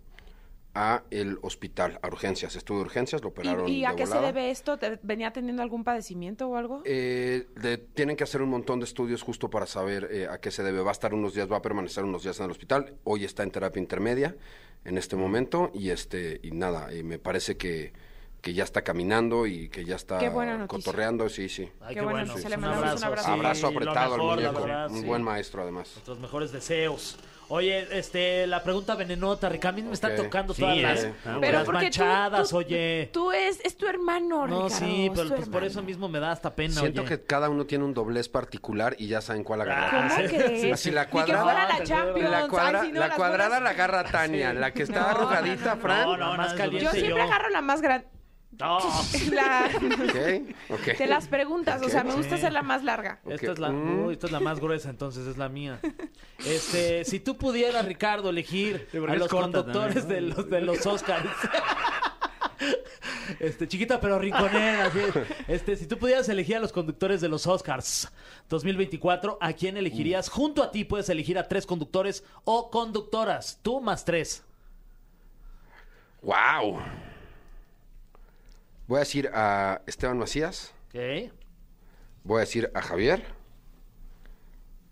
a el hospital, a urgencias. Estuvo de urgencias, lo ¿Y, operaron y de a qué se volada. debe esto? ¿Te- ¿Venía teniendo algún padecimiento o algo? Eh, le tienen que hacer un montón de estudios justo para saber eh, a qué se debe. Va a estar unos días, va a permanecer unos días en el hospital. Hoy está en terapia intermedia en este momento y este y nada, eh, me parece que, que ya está caminando y que ya está Qué buena noticia. cotorreando. Sí, sí. Ay, Qué bueno, se le mandamos un abrazo. Sí, Abrazo apretado lo mejor, al la muñeco. verdad, un sí. buen maestro además. Nuestros mejores deseos. Oye, este, la pregunta venenota, Rick, a mí me están Ok. tocando Sí, todas ¿eh? las, Ah, las bueno. porque tú- manchadas, tú- oye. Tú es, es tu hermano, no, Ricardo, sí, es pero tu pues por hermano. eso mismo me da hasta pena, Siento oye. que cada uno tiene un doblez particular y ya saben cuál agarrar. ¿Cómo Ah, sí, crees? sí, Así la Ni que fuera cuadrada. la Champions. La, cuadra- Ay, si no, la las cuadrada buenas- la agarra Tania, la que está No, no, no, arrugadita, no, Fran. No, no, más más caliente caliente Yo siempre agarro la más grande. No, La... Ok, ok. Te las preguntas, o sea, me gusta Sí. ser la más larga. Esta es la, Mm. uy, esta es la más gruesa, entonces es la mía. Este, si tú pudieras, Ricardo, elegir Sí, porque a es los corta conductores de también, ¿no? los de los Oscars. Este, chiquita pero rinconera. así es. Este, si tú pudieras elegir a los conductores de los Oscars 2024, ¿a quién elegirías? Junto a ti puedes elegir a tres conductores o conductoras. Tú más tres. ¡Wow! Voy a decir a Esteban Macías, ¿Ok? voy a decir a Javier,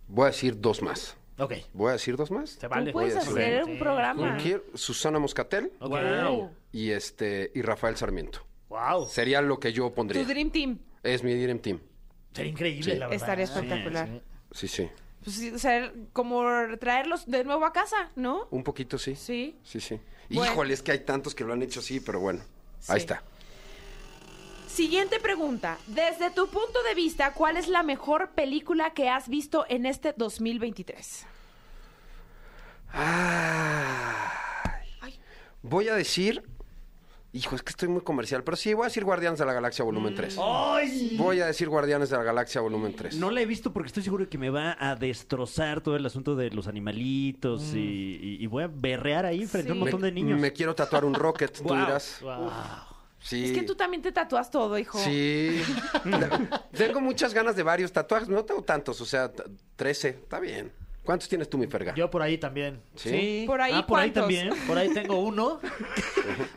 voy a decir dos más. Ok. ¿Voy a decir dos más? Se vale. Tú puedes voy a hacer un programa. Quiero Susana Moscatel Ok. Wow. y, este, y Rafael Sarmiento. Wow. Sería lo que yo Tu pondría. Dream Team Es mi Dream Team. Sería increíble, Sí. la verdad. estaría espectacular. Sí, sí. Pues, sí, o sea, como traerlos de nuevo a casa, ¿no? Un poquito sí. Sí. Sí, sí. Bueno. Híjole, es que hay tantos que lo han hecho así, pero bueno. Sí. Ahí está. Siguiente pregunta. Desde tu punto de vista, ¿cuál es la mejor película que has visto en este 2023? Ay. Voy a decir. Hijo, es que estoy muy comercial, pero sí, voy a decir Guardianes de la Galaxia Mm. Volumen 3. Voy a decir Guardianes de la Galaxia Volumen 3. No la he visto porque estoy seguro que me va a destrozar todo el asunto de los animalitos y, y- y voy a berrear ahí frente a un Sí. montón me, de niños. me quiero tatuar un Rocket, tú dirás. Sí. Es que tú también te tatúas todo, hijo. Sí. tengo muchas ganas de varios tatuajes. No tengo tantos, o sea, t- 13. Está bien. ¿Cuántos tienes tú, mi Ferga? Yo por ahí también. ¿Sí? Por ahí, Ah, por ahí ¿cuántos? también. Por ahí tengo uno.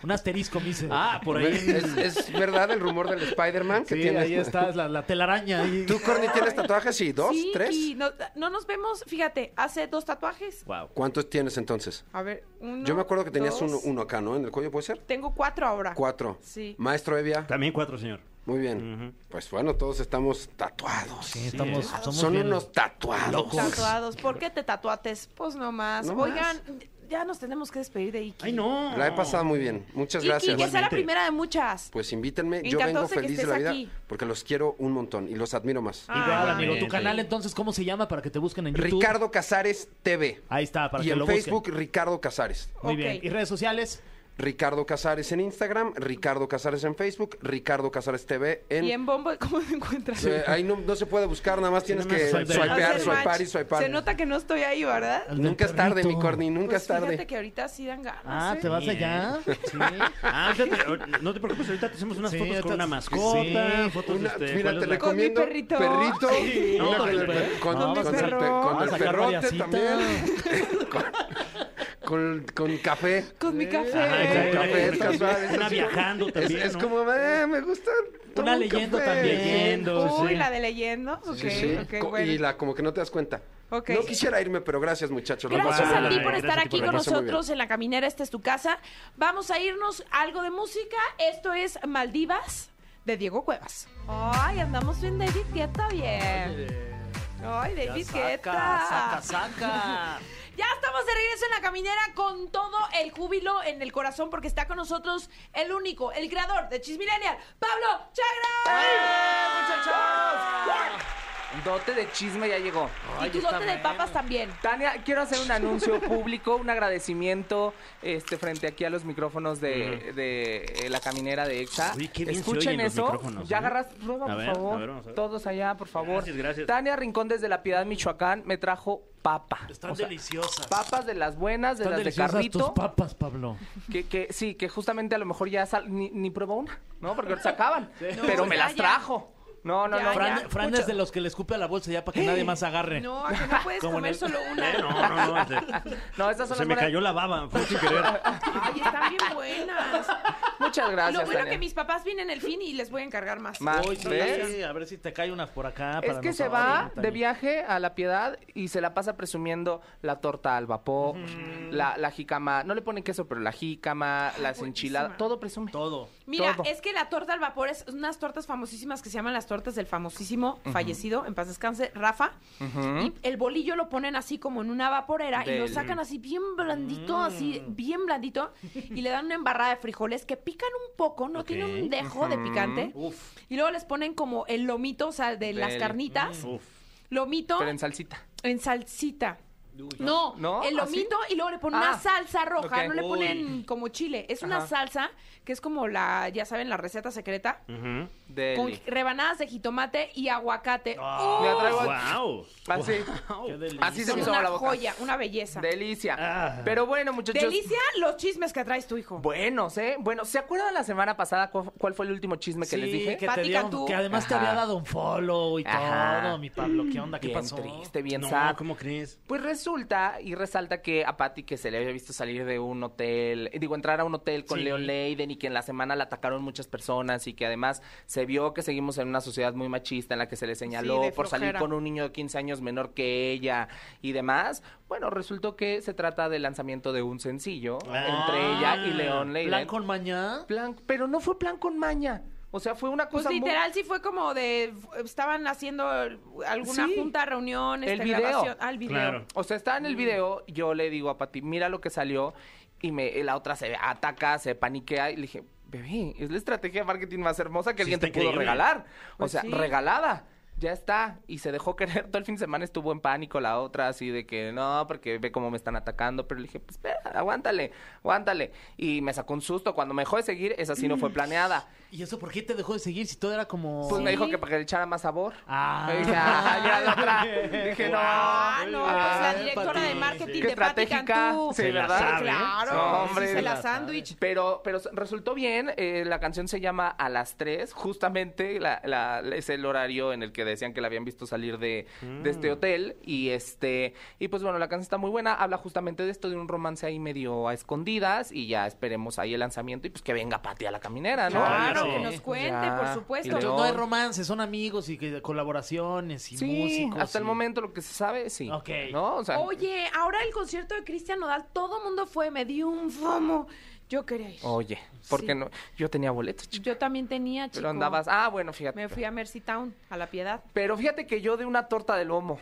Un asterisco, me hice. Ah, por ahí. ¿Es, es verdad el rumor del Spider-Man que sí, tienes? ahí está, es la, la telaraña. Ahí. ¿Tú, Corny, tienes tatuajes? Sí, dos, Sí, tres. Y no, no nos vemos, fíjate, hace dos tatuajes. Wow. ¿Cuántos tienes entonces? A ver, uno. Yo me acuerdo que tenías dos. uno, uno acá, ¿no? En el cuello, ¿puede ser? Tengo cuatro ahora. Cuatro. Sí. Maestro Evia. También cuatro, señor. Muy bien. Pues bueno, todos estamos tatuados. Sí, estamos, somos Son bien- unos tatuados. Tatuados. ¿Por qué te tatuates? Pues no más. No Oigan, ya nos tenemos que despedir de Iki. Ay, no. La he pasado muy bien. Muchas Iki, gracias. que sea la Igualmente. primera de muchas. Pues invítenme. Me Yo encantó vengo que feliz de estés la vida aquí. porque los quiero un montón y los admiro más. Ah, Igual, amigo. Tu Igualmente. canal, entonces, ¿cómo se llama para que te busquen en YouTube? Ricardo Casares TV. Ahí está, para y que en lo busquen. Facebook, Ricardo Casares. Muy Ok. bien. ¿Y redes sociales? Ricardo Casares en Instagram, Ricardo Casares en Facebook, Ricardo Casares TV en... Y en Bombo, ¿cómo te encuentras? Eh, ahí no, no se puede buscar, nada más tienes nada que más swipear. swipear, Hacer swipear y match. swipear. Se nota que no estoy ahí, ¿verdad? Al del Nunca es tarde, mi perrito. Corny, nunca Pues es tarde. Fíjate que ahorita sí dan ganas. Ah, ¿eh? ¿te vas allá? Sí. Ah, ahorita te- no te preocupes, ahorita te hacemos unas Sí, fotos con ahorita- una mascota, Sí. fotos Una- este, mira, ¿cuál te es la- Con mi recomiendo perrito. perrito, Sí. una No, con, con el, el per- perro. con, No, con con el, el per- perro. con Vamos el a sacar perrote variacita. también. con, con café. Con mi café. Ajá, Con Eh, café, es una casual, es así. viajando Es- también, Es, ¿no? como, eh, me gusta. tomo Una un leyendo café. también. Leyendo, Uy, sí. la de leyendas. Ok, Sí, sí. ok, Co- bueno. Y la como que no te das cuenta. Ok. No quisiera irme, pero gracias, muchachos. la Gracias pasé a muy ti bien. por Gracias estar a ti por aquí la- con la pasé muy nosotros en La Caminera, esta es tu casa. Vamos a irnos algo de música. Esto es Maldivas de Diego Cuevas. Ay, andamos bien David Guetta, bien. Ay, David Guetta. Saca, saca, saca. Ya estamos de regreso en la caminera con todo el júbilo en el corazón porque está con nosotros el único, el creador de Chismilenial, Pablo ¡Eh! Chagra. Dote de chisme ya llegó. Y tu dote de papas también. Tania, quiero hacer un anuncio público, un agradecimiento este, frente aquí a los micrófonos de, de, eh, la caminera de EXA. Oye, qué bien se Escuchen oyen los eso. micrófonos, ya ¿eh? agarras, prueba, A por ver, favor. a ver, vamos a ver. Todos allá, por favor. Gracias, gracias. Tania Rincón desde La Piedad, Michoacán, me trajo papa. Están O sea, deliciosas. Papas de las buenas, de Están las de deliciosas carrito. tus papas, Pablo. Que, que sí, que justamente a lo mejor ya sal- ni, ni probó una, ¿no? Porque se acaban. pero No, me ya, las ya. trajo. No, no, Ya, no. ya. Fran, Oigan, Fran mucho- es de los que le escupe a la bolsa ya para que nadie más agarre. No, que no puedes Como en comer el- solo Eh, una. No, no, no. Se, No, se estas son las me buenas. cayó la baba, fue sin querer. Ay, están bien buenas. Muchas gracias. Lo bueno Tania. que mis papás vienen el fin y les voy a encargar más. Ma- Hoy sí, ¿Ves? sí, a ver si te cae unas por acá. Es Ah, para que se nosotros, va Tania. de viaje a la piedad y se la pasa presumiendo la torta al vapor, la, la jicama, no le ponen queso, pero la jicama, las buenísima. enchiladas, todo presume. Todo. Mira, todo. es que la torta al vapor es unas tortas famosísimas que se llaman las tortas del famosísimo fallecido, en paz descanse, Rafa. Y el bolillo lo ponen así como en una vaporera y lo Del- sacan así bien Mm. blandito, así bien blandito, y le dan una embarrada de frijoles que pican un poco, no tiene un Ok. dejo de picante. Uf. Y luego les ponen como el lomito, o sea, de las Del- carnitas, Uf. lomito Mm. Pero en salsita. en salsita. No, ¿No? el ¿Así? lomito y luego le ponen Ah, una salsa roja, ok. no le Uy. ponen como chile, es una Ajá. salsa que es como la, ya saben, la receta secreta, Ujú. con Deli. Ah. rebanadas de jitomate y aguacate. Le ¡Uh! atraigo- Wow. Así. Qué delicia. Ah, Así se Son me hizo agua una la boca. joya, una belleza. Delicia. Ah. Pero bueno, muchachos. Delicia los chismes que traes tu hijo. Buenos, ¿eh? Bueno, ¿se acuerdan la semana pasada cu- cuál fue el último chisme Sí, que les dije? que, te Pati dio- Cantú. que además te Ajá. había dado un follow y Ajá. todo, mi Pablo. ¿Qué onda? ¿Qué bien pasó? triste, bien No, sad. ¿cómo crees? Pues resulta y resalta que a Patty que se le había visto salir de un hotel, eh, digo, entrar a un hotel con Sí. Leon Leiden y que en la semana la atacaron muchas personas y que además se vio que seguimos en una sociedad muy machista en la que se le señaló de por salir flojera. con un niño de 15 años menor que ella y demás. Bueno, resultó que se trata del lanzamiento de un sencillo Ah. entre ella y Leon Leiden. ¿Plan con mañana? Plan- pero no fue plan con maña. O sea, fue una Pues cosa muy- literal sí fue como de estaban haciendo alguna Sí. junta, reunión, El esta video. grabación, al video. Claro. O sea, está en el video, yo le digo a Pati, mira lo que salió, y me, la otra se ataca, se paniquea, y le dije, bebé, es la estrategia de marketing más hermosa que Sí, alguien te está pudo increíble. regalar. o Pues sea, sí. regalada. Ya está, y se dejó querer. Todo el fin de semana estuvo en pánico la otra, así de que no, porque ve cómo me están atacando. Pero le dije, pues espera, aguántale, aguántale. Y me sacó un susto. Cuando me dejó de seguir, esa sí no fue planeada. ¿Y eso por qué te dejó de seguir si todo era como... Pues me Sí. dijo que para que le echara más sabor. Ah. Y dije, ah, ya la otra. Dije, no. Ah, no, pues la directora Pati, de marketing Qué de Pati estratégica. Cantú. Sí, Se la ¿verdad? sabe, ¿eh? Claro, No, sí, hombre, se la la sándwich. Pero, pero resultó bien, eh, la canción se llama A las 3, justamente la- la- es el horario en el que decían que la habían visto salir de, de este hotel y este y pues bueno, la canción está muy buena, habla justamente de esto, de un romance ahí medio a escondidas y ya esperemos ahí el lanzamiento y pues que venga Pati a la caminera, ¿no? Claro, Sí. que nos cuente, Ya. por Y supuesto. luego- Entonces no hay romance, son amigos y que- colaboraciones y Sí, músicos. hasta el y- momento lo que se sabe, sí. Ok. ¿No? O sea, Oye, ahora el concierto de Cristian Nodal, todo mundo fue, me dio un fomo. Yo quería ir. oye, ¿por Sí. qué no? Yo tenía boletos, chico, Yo también tenía, chico. pero andabas, ah, bueno, fíjate. Me fui a Mercy Town, a La Piedad. Pero fíjate que yo de una torta de lomo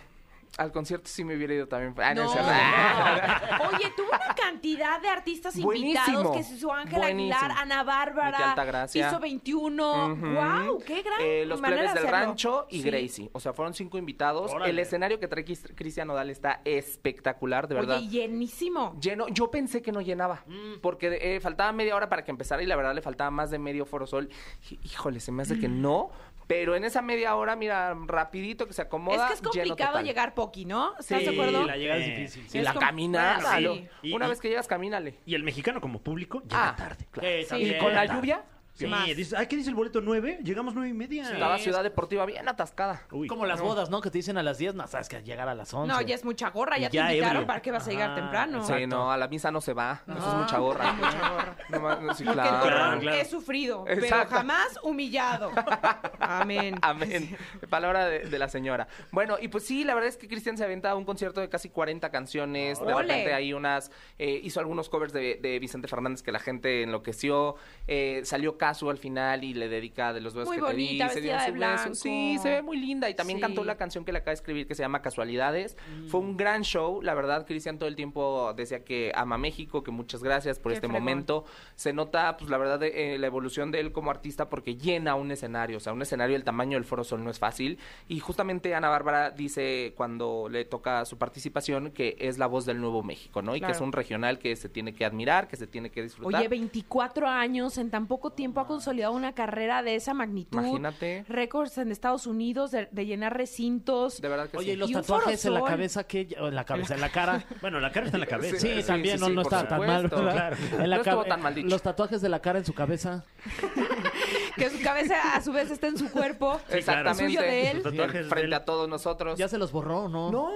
al concierto sí me hubiera ido también. Ah, no, No, es cierto. no. Oye, tuvo una cantidad de artistas invitados Buenísimo. que se hizo Ángel Aguilar, Buenísimo. Ana Bárbara, Miki Altagracia. hizo 21. Ujú. ¡Wow! ¡Qué gran Eh, los manera plebes de del hacerlo! rancho y Sí. Gracie. O sea, fueron cinco invitados. Órale. El escenario que trae Crist- Cristian Odal está espectacular, de verdad. Oye, llenísimo. Lleno, yo pensé que no llenaba, Mm. porque eh, faltaba media hora para que empezara y la verdad le faltaba más de medio foro sol. Hí- Híjole, se me hace que Mm. no, pero en esa media hora, mira, rapidito que se Es acomoda. que es lleno complicado total. llegar poqui, ¿no? ¿Estás Sí, de acuerdo? la llegada es difícil. Y Es la como- caminada. Bueno, lo- sí. Y- Una y- vez que llegas, camínale. Y el mexicano como público llega Ah, tarde. claro. Eh, Sí. también Y con la tarde. lluvia, Sí, Más. dices, "Ay, ¿qué dice el boleto? ¿Nueve? Llegamos nueve y media. Estaba Ciudad Deportiva bien atascada. Uy. Como las bodas, ¿no? Que te dicen a las 10, no, sabes que llegar a las 11. No, ya es mucha gorra, ya, Y ya te invitaron, ebrio. ¿para qué vas a llegar Ah, Ajá, temprano? Sí, no, a la misa no se va. Eso es No, mucha gorra. Ah. mucha gorra. No más- no, sí, Porque el claro. terror claro. he sufrido, pero Exacto. jamás humillado. Amén. Amén. Palabra de, de la señora. Bueno, y pues sí, la verdad es que Cristian se aventa un concierto de casi 40 canciones. De Ole. repente hay unas. eh, hizo algunos covers de, de Vicente Fernández que la gente enloqueció. Eh, salió Casu al final y le dedica de los besos Muy que te di. bonita, se vestida dieron de su beso. blanco. Sí, se ve muy linda. Y también Sí. Mm. cantó la canción que le acaba de escribir que se llama Casualidades. Fue un gran show. La verdad, Cristian todo el tiempo decía que ama México, que muchas gracias por Qué este fregón. momento momento, se nota, pues la verdad, de, eh, la evolución de él como artista porque llena un escenario. O sea, un escenario del tamaño del Foro Sol no es fácil. Y justamente Ana Bárbara dice cuando le toca su participación que es la voz del Nuevo México, ¿no? Y Claro. que es un regional que se tiene que admirar, que se tiene que disfrutar. Oye, 24 años, en tan poco tiempo ha consolidado una carrera de esa magnitud. Imagínate. Récords en Estados Unidos de, de llenar recintos. de verdad que Oye, sí. ¿y los Y un tatuajes en la forosol. cabeza que o en la cabeza, en la cara. Bueno, la cara está en la cabeza. Sí, Sí, también sí, no, sí, no por estaba tan mal, supuesto. ¿verdad? Claro. En la No estuvo cabe- tan mal dicho. Los tatuajes de la cara en su cabeza. Que su cabeza a su vez está en su cuerpo. claro. Exactamente. Suyo de Sus él. tatuajes frente del- a todos nosotros. ¿Ya se los borró o no? No.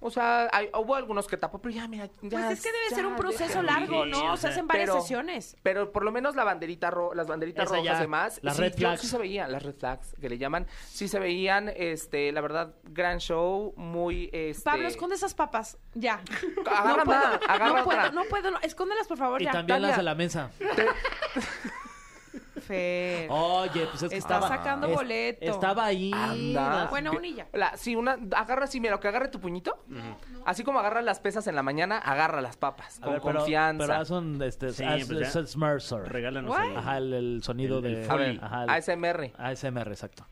O sea, hay- hubo algunos que tapó, pero ya, mira, ya. Pues es que debe ya, ser un proceso déjalo largo, ir. ¿no? O sea, hacen varias Pero- este sesiones. Pero por lo menos la banderita ro- las banderitas Esa rojas ya, demás, las sí, red yo- flags. sí se veían, las red flags que le llaman, sí se veían, este, la verdad, gran show, muy este Pablo, esconde esas papas. Ya. Agarra no puedo, más, agarra no otra. puedo, no puedo, no. Escóndelas, por favor, Y ya. también las de Tania. la mesa. Fer. Oye, pues es que Eh, Está estaba... sacando es- boleto. Estaba ahí. Anda. Bueno, Vi- una y ya. La, sí, una, agarra así, mira, que agarre tu puñito. Así como agarra las pesas en la mañana, agarra las papas. A con ver, pero- confianza. Pero haz un... Este, Sí, haz- pues ya. haz un Smercer. Regálanos What? ahí. Ajá, el, el sonido El- el de... a ver, Ajá, el- ASMR. ASMR, exacto.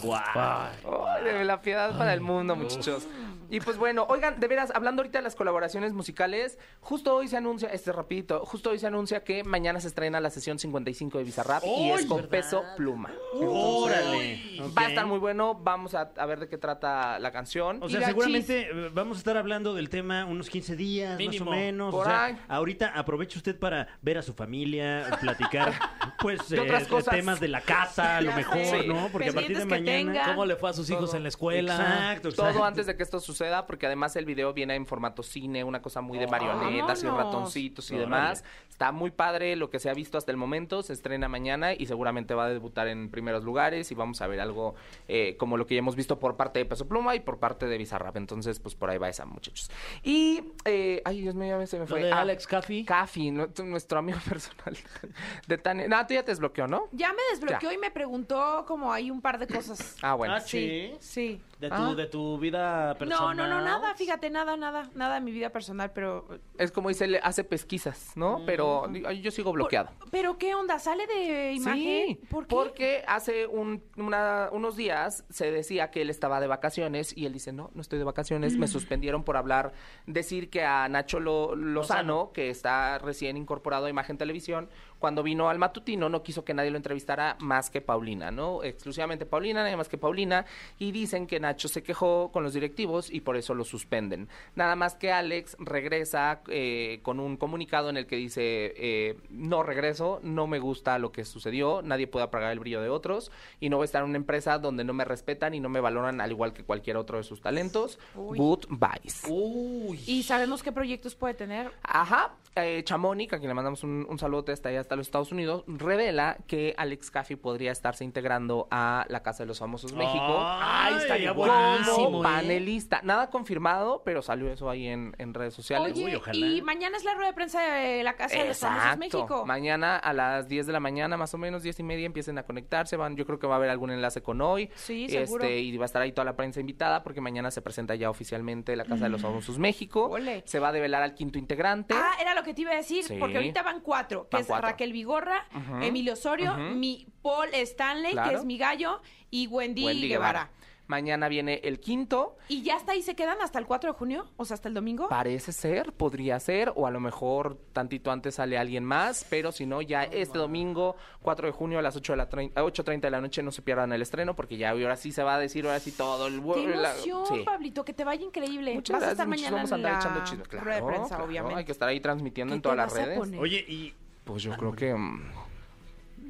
Guau. Ay, de la piedad para el mundo, muchachos. Y pues bueno, oigan, de veras, hablando ahorita de las colaboraciones musicales, justo hoy se anuncia, este rapidito, justo hoy se anuncia que mañana se estrena la sesión 55 de Bizarrap y es con peso pluma. ¡Órale! Va a Ok. estar muy bueno, vamos a, a ver de qué trata la canción. O Y sea, la seguramente eh, vamos a estar hablando del tema unos 15 días, Mínimo. más o menos. Por o sea, ahí. ahorita aproveche usted para ver a su familia, platicar, pues, De eh, otras de cosas. temas de la casa, a lo Ya mejor, sé. ¿no? Porque a partir de Pendientes que tenga. mañana. ¿Cómo le fue a sus hijos Todo. en la escuela? Exacto, exacto. Todo antes de que esto suceda, porque además el video viene en formato cine, una cosa muy de Ah, marionetas y vámonos. ratoncitos y demás. Está muy padre lo que se ha visto hasta el momento, se estrena mañana y seguramente va a debutar en primeros lugares y vamos a ver algo eh, como lo que ya hemos visto por parte de Peso Pluma y por parte de Bizarrap. Entonces, pues por ahí va esa, muchachos. Y, eh, ay, Dios mío, ya se me Lo fue. de Ah, Alex Caffey. Caffi, nu- tu- nuestro amigo personal de Tania. No, tú ya te desbloqueó, ¿no? Ya me desbloqueó y me preguntó como hay un par de cosas. Ah, bueno. Ah, sí. Sí. De tu, Ah. de tu vida personal. No, no, no, nada, fíjate, nada, nada, nada de mi vida personal, pero... Es como dice, le hace pesquisas, Mm. ¿no? Pero di- ay, yo sigo bloqueado. ¿Pero qué onda? ¿Sale de imagen? Sí, ¿Por qué? porque hace un- una- unos días se decía que él estaba de vacaciones y él dice, no, no estoy de vacaciones, Mm. me suspendieron por hablar, decir que a Nacho Lo- Lozano, que está recién incorporado a Imagen Televisión, cuando vino al matutino no quiso que nadie lo entrevistara más que Paulina, ¿no? Exclusivamente Paulina, nada más que Paulina, y dicen que Nacho se quejó con los directivos y por eso lo suspenden. Nada más que Alex regresa eh, con un comunicado en el que dice, eh, no regreso, no me gusta lo que sucedió, nadie puede apagar el brillo de otros y no voy a estar en una empresa donde no me respetan y no me valoran al igual que cualquier otro de sus talentos. Uy. Goodbyes. Uy. ¿Y sabemos qué proyectos puede tener? Ajá, eh, Chamónica, a quien le mandamos un, un saludo hasta allá, hasta los Estados Unidos, revela que Alex Caffey podría estarse integrando a la Casa de los Famosos México. Ay, estaría Como buenísimo, ¿eh? panelista. Nada confirmado, pero salió eso ahí en, en redes sociales. Oye, Uy, ojalá. y mañana es la rueda de prensa de la Casa de los Famosos México. Mañana a las 10 de la mañana, más o menos, 10 y media, empiecen a conectarse. Van, yo creo que va a haber algún enlace con hoy. Sí, este, seguro. Y va a estar ahí toda la prensa invitada, porque mañana se presenta ya oficialmente la Casa de los Famosos México. Mm. Ole. Se va a develar al quinto integrante. Ah, era lo que te iba a decir, Sí. porque ahorita van cuatro, que Van es cuatro. Raquel Vigorra, Emilio Osorio, mi Paul Stanley, que Claro. es mi gallo, y Wendy, Wendy Guevara. Guevara. Mañana viene el quinto. ¿Y ya hasta ahí se quedan hasta el 4 de junio? O sea, hasta el domingo. Parece ser, podría ser, o a lo mejor tantito antes sale alguien más, pero si no, ya este domingo, 4 de junio a las 8 de la trein- a 8.30 de la noche, no se pierdan el estreno, porque ya ahora sí se va a decir, ahora sí todo el... ¡Qué la- emoción, sí. Pablito! Que te vaya increíble. Muchas vas a gracias, estar muchos mañana vamos a en andar la echando chisme, claro, rueda de prensa, claro, obviamente. Hay que estar ahí transmitiendo ¿Qué en todas te las vas a redes. poner? Oye, y Pues yo creo que... mm,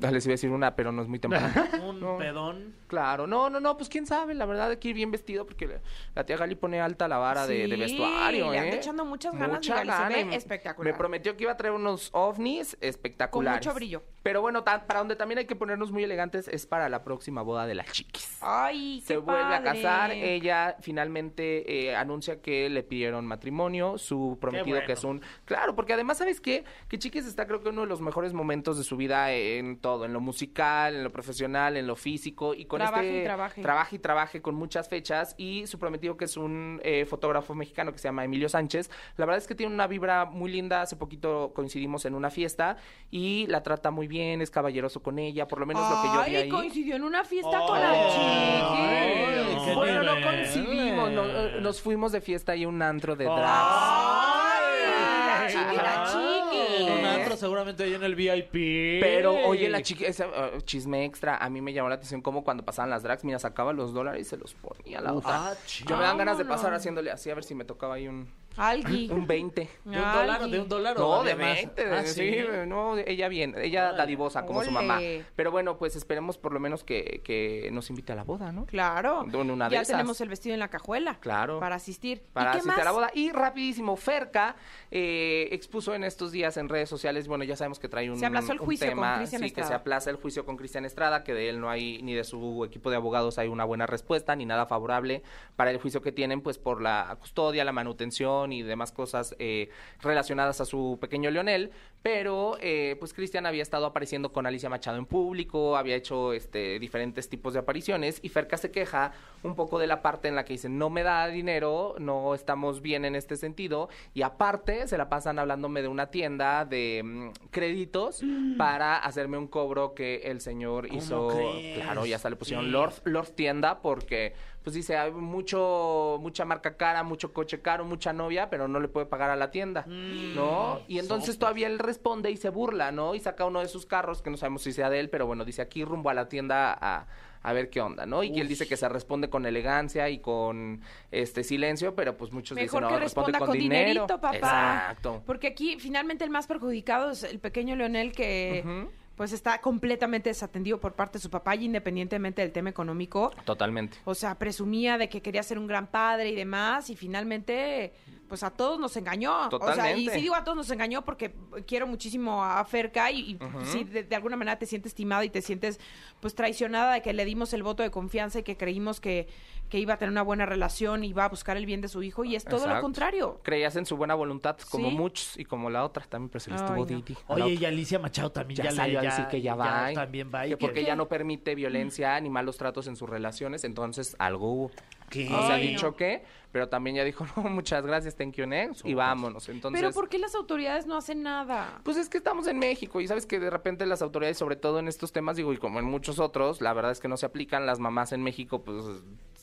Ah, Les iba a decir una, pero no es muy temprano. Un No. pedón. Claro, no, no, no, pues quién sabe, la verdad, hay que ir bien vestido porque la, la tía Gali pone alta la vara de, de Sí, vestuario, le ¿eh? anda echando muchas ganas, mi Gali, se ve y me- espectacular. Me prometió que iba a traer unos ovnis espectaculares. Con mucho brillo. Pero bueno, ta- para donde también hay que ponernos muy elegantes es para la próxima boda de las chiquis. Ay, Se qué vuelve a padre. casar, ella finalmente eh, anuncia que le pidieron matrimonio, su prometido bueno. que es un... Claro, porque además, ¿sabes qué? Que Chiquis está creo que uno de los mejores momentos de su vida en todo, en lo musical, en lo profesional, en lo físico, y con Trabaje este... y trabaje. trabaje y trabaje con muchas fechas, y su prometido que es un eh, fotógrafo mexicano que se llama Emilio Sánchez, la verdad es que tiene una vibra muy linda, hace poquito coincidimos en una fiesta, y la trata muy bien, es caballeroso con ella, por lo menos lo que yo Ay, vi ahí. coincidió en una fiesta con la chiqui. Ay, qué Bueno, no nivel. coincidimos, no, eh, nos fuimos de fiesta y un antro de drags. Ay, la chiqui, la chiqui. Un antro seguramente ahí en el VIP. Pero, oye, la chica, ese eh, chisme extra, a mí me llamó la atención como cuando pasaban las drags, mira, sacaba los dólares y se los ponía a la otra. Ah, Yo me dan ganas de vámonos. pasar haciéndole así, a ver si me tocaba ahí un, Algui. un 20. De un dólar, de un dólar. o No, de había más? 20, de- Ah, sí, no, ella bien, ella dadivosa como su Ole. mamá. Pero bueno, pues esperemos por lo menos que, que nos invite a la boda, ¿no? Claro. En una de ya esas. tenemos el vestido en la cajuela. Claro. Para asistir. para ¿Y qué asistir más? a la boda. Y rapidísimo, Ferca eh, expuso en estos días en redes sociales, bueno, ya sabemos que trae un, Se aplazó el un juicio con tema, Cristian sí, que Estrada. se aplaza el juicio con Cristian Estrada, que de él no hay, ni de su equipo de abogados hay una buena respuesta, ni nada favorable para el juicio que tienen, pues por la custodia, la manutención y demás cosas eh, relacionadas a su pequeño Leonel, pero eh, pues Cristian había estado apareciendo con Alicia Machado en público, había hecho este, diferentes tipos de apariciones y Ferca se queja un poco de la parte en la que dice no me da dinero, no estamos bien en este sentido y aparte se la pasan hablándome de una tienda de mm, créditos para hacerme un cobro que el señor hizo, crees? claro, y hasta le pusieron Sí. Lord, Lord Tienda porque pues dice hay mucho mucha marca cara, mucho coche caro, mucha novia, pero no le puede pagar a la tienda. Mm. ¿no? Y entonces todavía él responde y se burla, ¿no? Y saca uno de sus carros, que no sabemos si sea de él, pero bueno, dice aquí rumbo a la tienda a, a ver qué onda, ¿no? Y que él dice que se responde con elegancia y con este silencio, pero pues muchos Mejor dicen, que no, responde responda con, con, dinerito, dinero. papá. Exacto. Porque aquí finalmente el más perjudicado es el pequeño Leonel que Ujú. pues está completamente desatendido por parte de su papá y independientemente del tema económico. Totalmente. O sea, presumía de que quería ser un gran padre y demás, y finalmente, pues a todos nos engañó. O sea, y Totalmente. sí digo a todos nos engañó porque quiero muchísimo a Ferca y, y sí, de, de alguna manera te sientes timada y te sientes, pues, traicionada de que le dimos el voto de confianza y que creímos que, que iba a tener una buena relación y iba a buscar el bien de su hijo, y es todo lo Exacto. contrario. Creías en su buena voluntad, como Sí. muchos, y como la otra también, pero se le estuvo Ay, no. Didi. a la Oye, otra. y Alicia Machado también ya, ya, le- salió a decir que ya va. ¿eh? también va. y Que que- porque ya no permite violencia ni malos tratos en sus relaciones, entonces algo hubo. ¿Qué? No se ha Ay, dicho no. que, pero también ya dijo, no, muchas gracias, thank you next, y vámonos. Entonces, Pero ¿por qué las autoridades no hacen nada? pues es que estamos en México y sabes que de repente las autoridades, sobre todo en estos temas, digo, y como en muchos otros, la verdad es que no se aplican. Las mamás en México, pues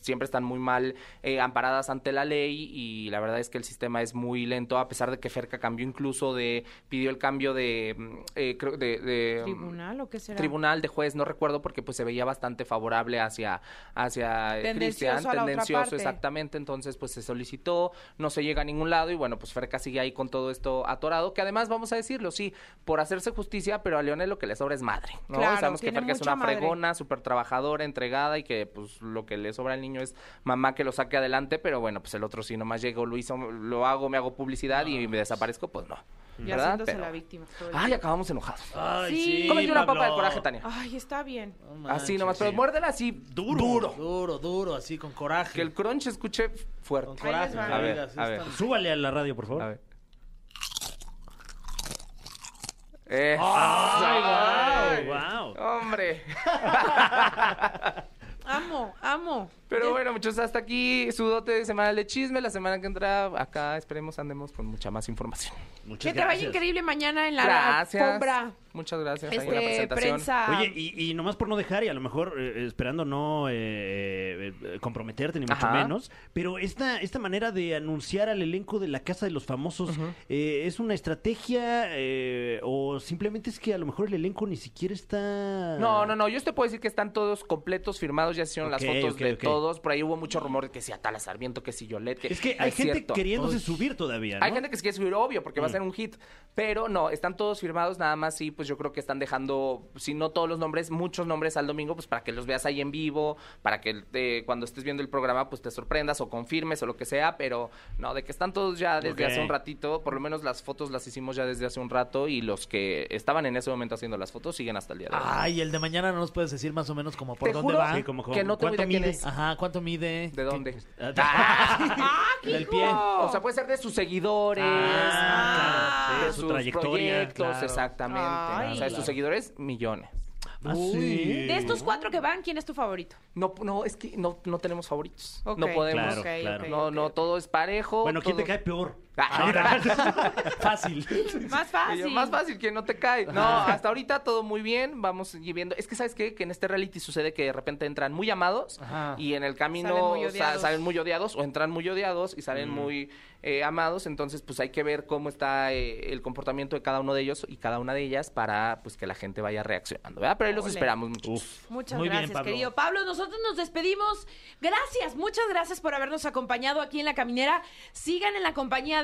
siempre están muy mal eh, amparadas ante la ley y la verdad es que el sistema es muy lento, a pesar de que Ferca cambió incluso de, pidió el cambio de, mm, eh, creo, de, de, mm, ¿Tribunal o qué será? tribunal de juez, no recuerdo porque pues se veía bastante favorable hacia hacia eh, Tendencioso Cristian, a la otra parte. tendencioso exactamente, entonces pues se solicitó, no se llega a ningún lado y bueno, pues Ferca sigue ahí con todo esto atorado, que además vamos a decirlo, sí, por hacerse justicia, pero a Leonel lo que le sobra es madre, ¿no? Claro, Sabemos que tiene Ferca es mucha una madre. fregona, súper trabajadora, entregada y que pues lo que le sobra al niño es mamá que lo saque adelante, pero bueno, pues el otro sí nomás llegó, lo hizo, lo hago, me hago publicidad Ah, y me desaparezco, pues no. Y ¿Verdad? haciéndose Pero- la víctima. todo el Ay, día. acabamos enojados. Ay, Sí. sí, Cómete una Pablo. papa del coraje, Tania. Ay, está bien. No Así manches, nomás, pero sí. muérdela así Duro. duro. Duro, duro, así con coraje. Que el crunch escuche Con fuerte. coraje. va. que A ver, digas, a "Esta- ver. Súbale a la radio, por favor. A ver. Eh, ¡Ay, wow! ¡Hombre! Amo, amo. Pero bueno, muchos, hasta aquí su dote de semana de chisme. La semana que entra, acá esperemos andemos con mucha más información. Muchas Que te vaya gracias. increíble mañana en la Gracias. alfombra. Muchas gracias. Ahí en la Este, presentación. prensa. Oye, y, y nomás por no dejar, y a lo mejor eh, esperando no eh, eh, comprometerte, ni mucho Ajá. menos, pero esta, esta manera de anunciar al elenco de la Casa de los Famosos eh, es una estrategia eh, o simplemente es que a lo mejor el elenco ni siquiera está... No, no, no. Yo te puedo decir que están todos completos, firmados. Ya se hicieron Ok, las fotos ok, de ok. todos. Por ahí hubo mucho rumor de que si Atala Sarmiento, que si Yolette. Que Es que no hay es gente cierto. queriéndose subir todavía, ¿no? Hay gente que se quiere subir, obvio, porque va a ser un hit. Pero no, están todos firmados, nada más sí, pues pues yo creo que están dejando, si no todos los nombres, muchos nombres al domingo, pues para que los veas ahí en vivo, para que eh, cuando estés viendo el programa, pues te sorprendas o confirmes o lo que sea, pero no, de que están todos ya desde Ok. hace un ratito, por lo menos las fotos las hicimos ya desde hace un rato y los que estaban en ese momento haciendo las fotos siguen hasta el día de hoy. Ay, el de mañana no nos puedes decir más o menos como por Ah, Te dónde juro va. Sí, como- que no te voy ¿cuánto a quién mide? es. Ajá, ¿cuánto mide? ¿De dónde? Ah, Del pie. O sea, pues, puede ser de sus seguidores, Ah, claro, sí, de su sus trayectoria, proyectos, claro. exactamente. Ay. o sea, de sus Claro. seguidores, millones. Ah, Uy. sí. De estos cuatro que van, ¿quién es tu favorito? No, no, es que no, no tenemos favoritos. Ok. No podemos. Claro, Ok, claro. ok, No, ok. no, todo es parejo. Bueno, ¿quién te todo- cae peor? Ah, Fácil. Más y yo, fácil. más fácil que no te cae. No, hasta ahorita todo muy bien. Vamos y viendo. Es que, ¿sabes qué? Que en este reality sucede que de repente entran muy amados Ajá. y en el camino Salen muy sa- odiados. salen muy odiados o entran muy odiados y salen muy eh, amados. Entonces, pues hay que ver cómo está eh, el comportamiento de cada uno de ellos y cada una de ellas para pues que la gente vaya reaccionando, ¿verdad? Pero ahí los Ole. esperamos mucho. Uf. Muchas Muy bien, gracias, Pablo. querido Pablo. Nosotros nos despedimos. Gracias, muchas gracias por habernos acompañado aquí en La Caminera. Sigan en la compañía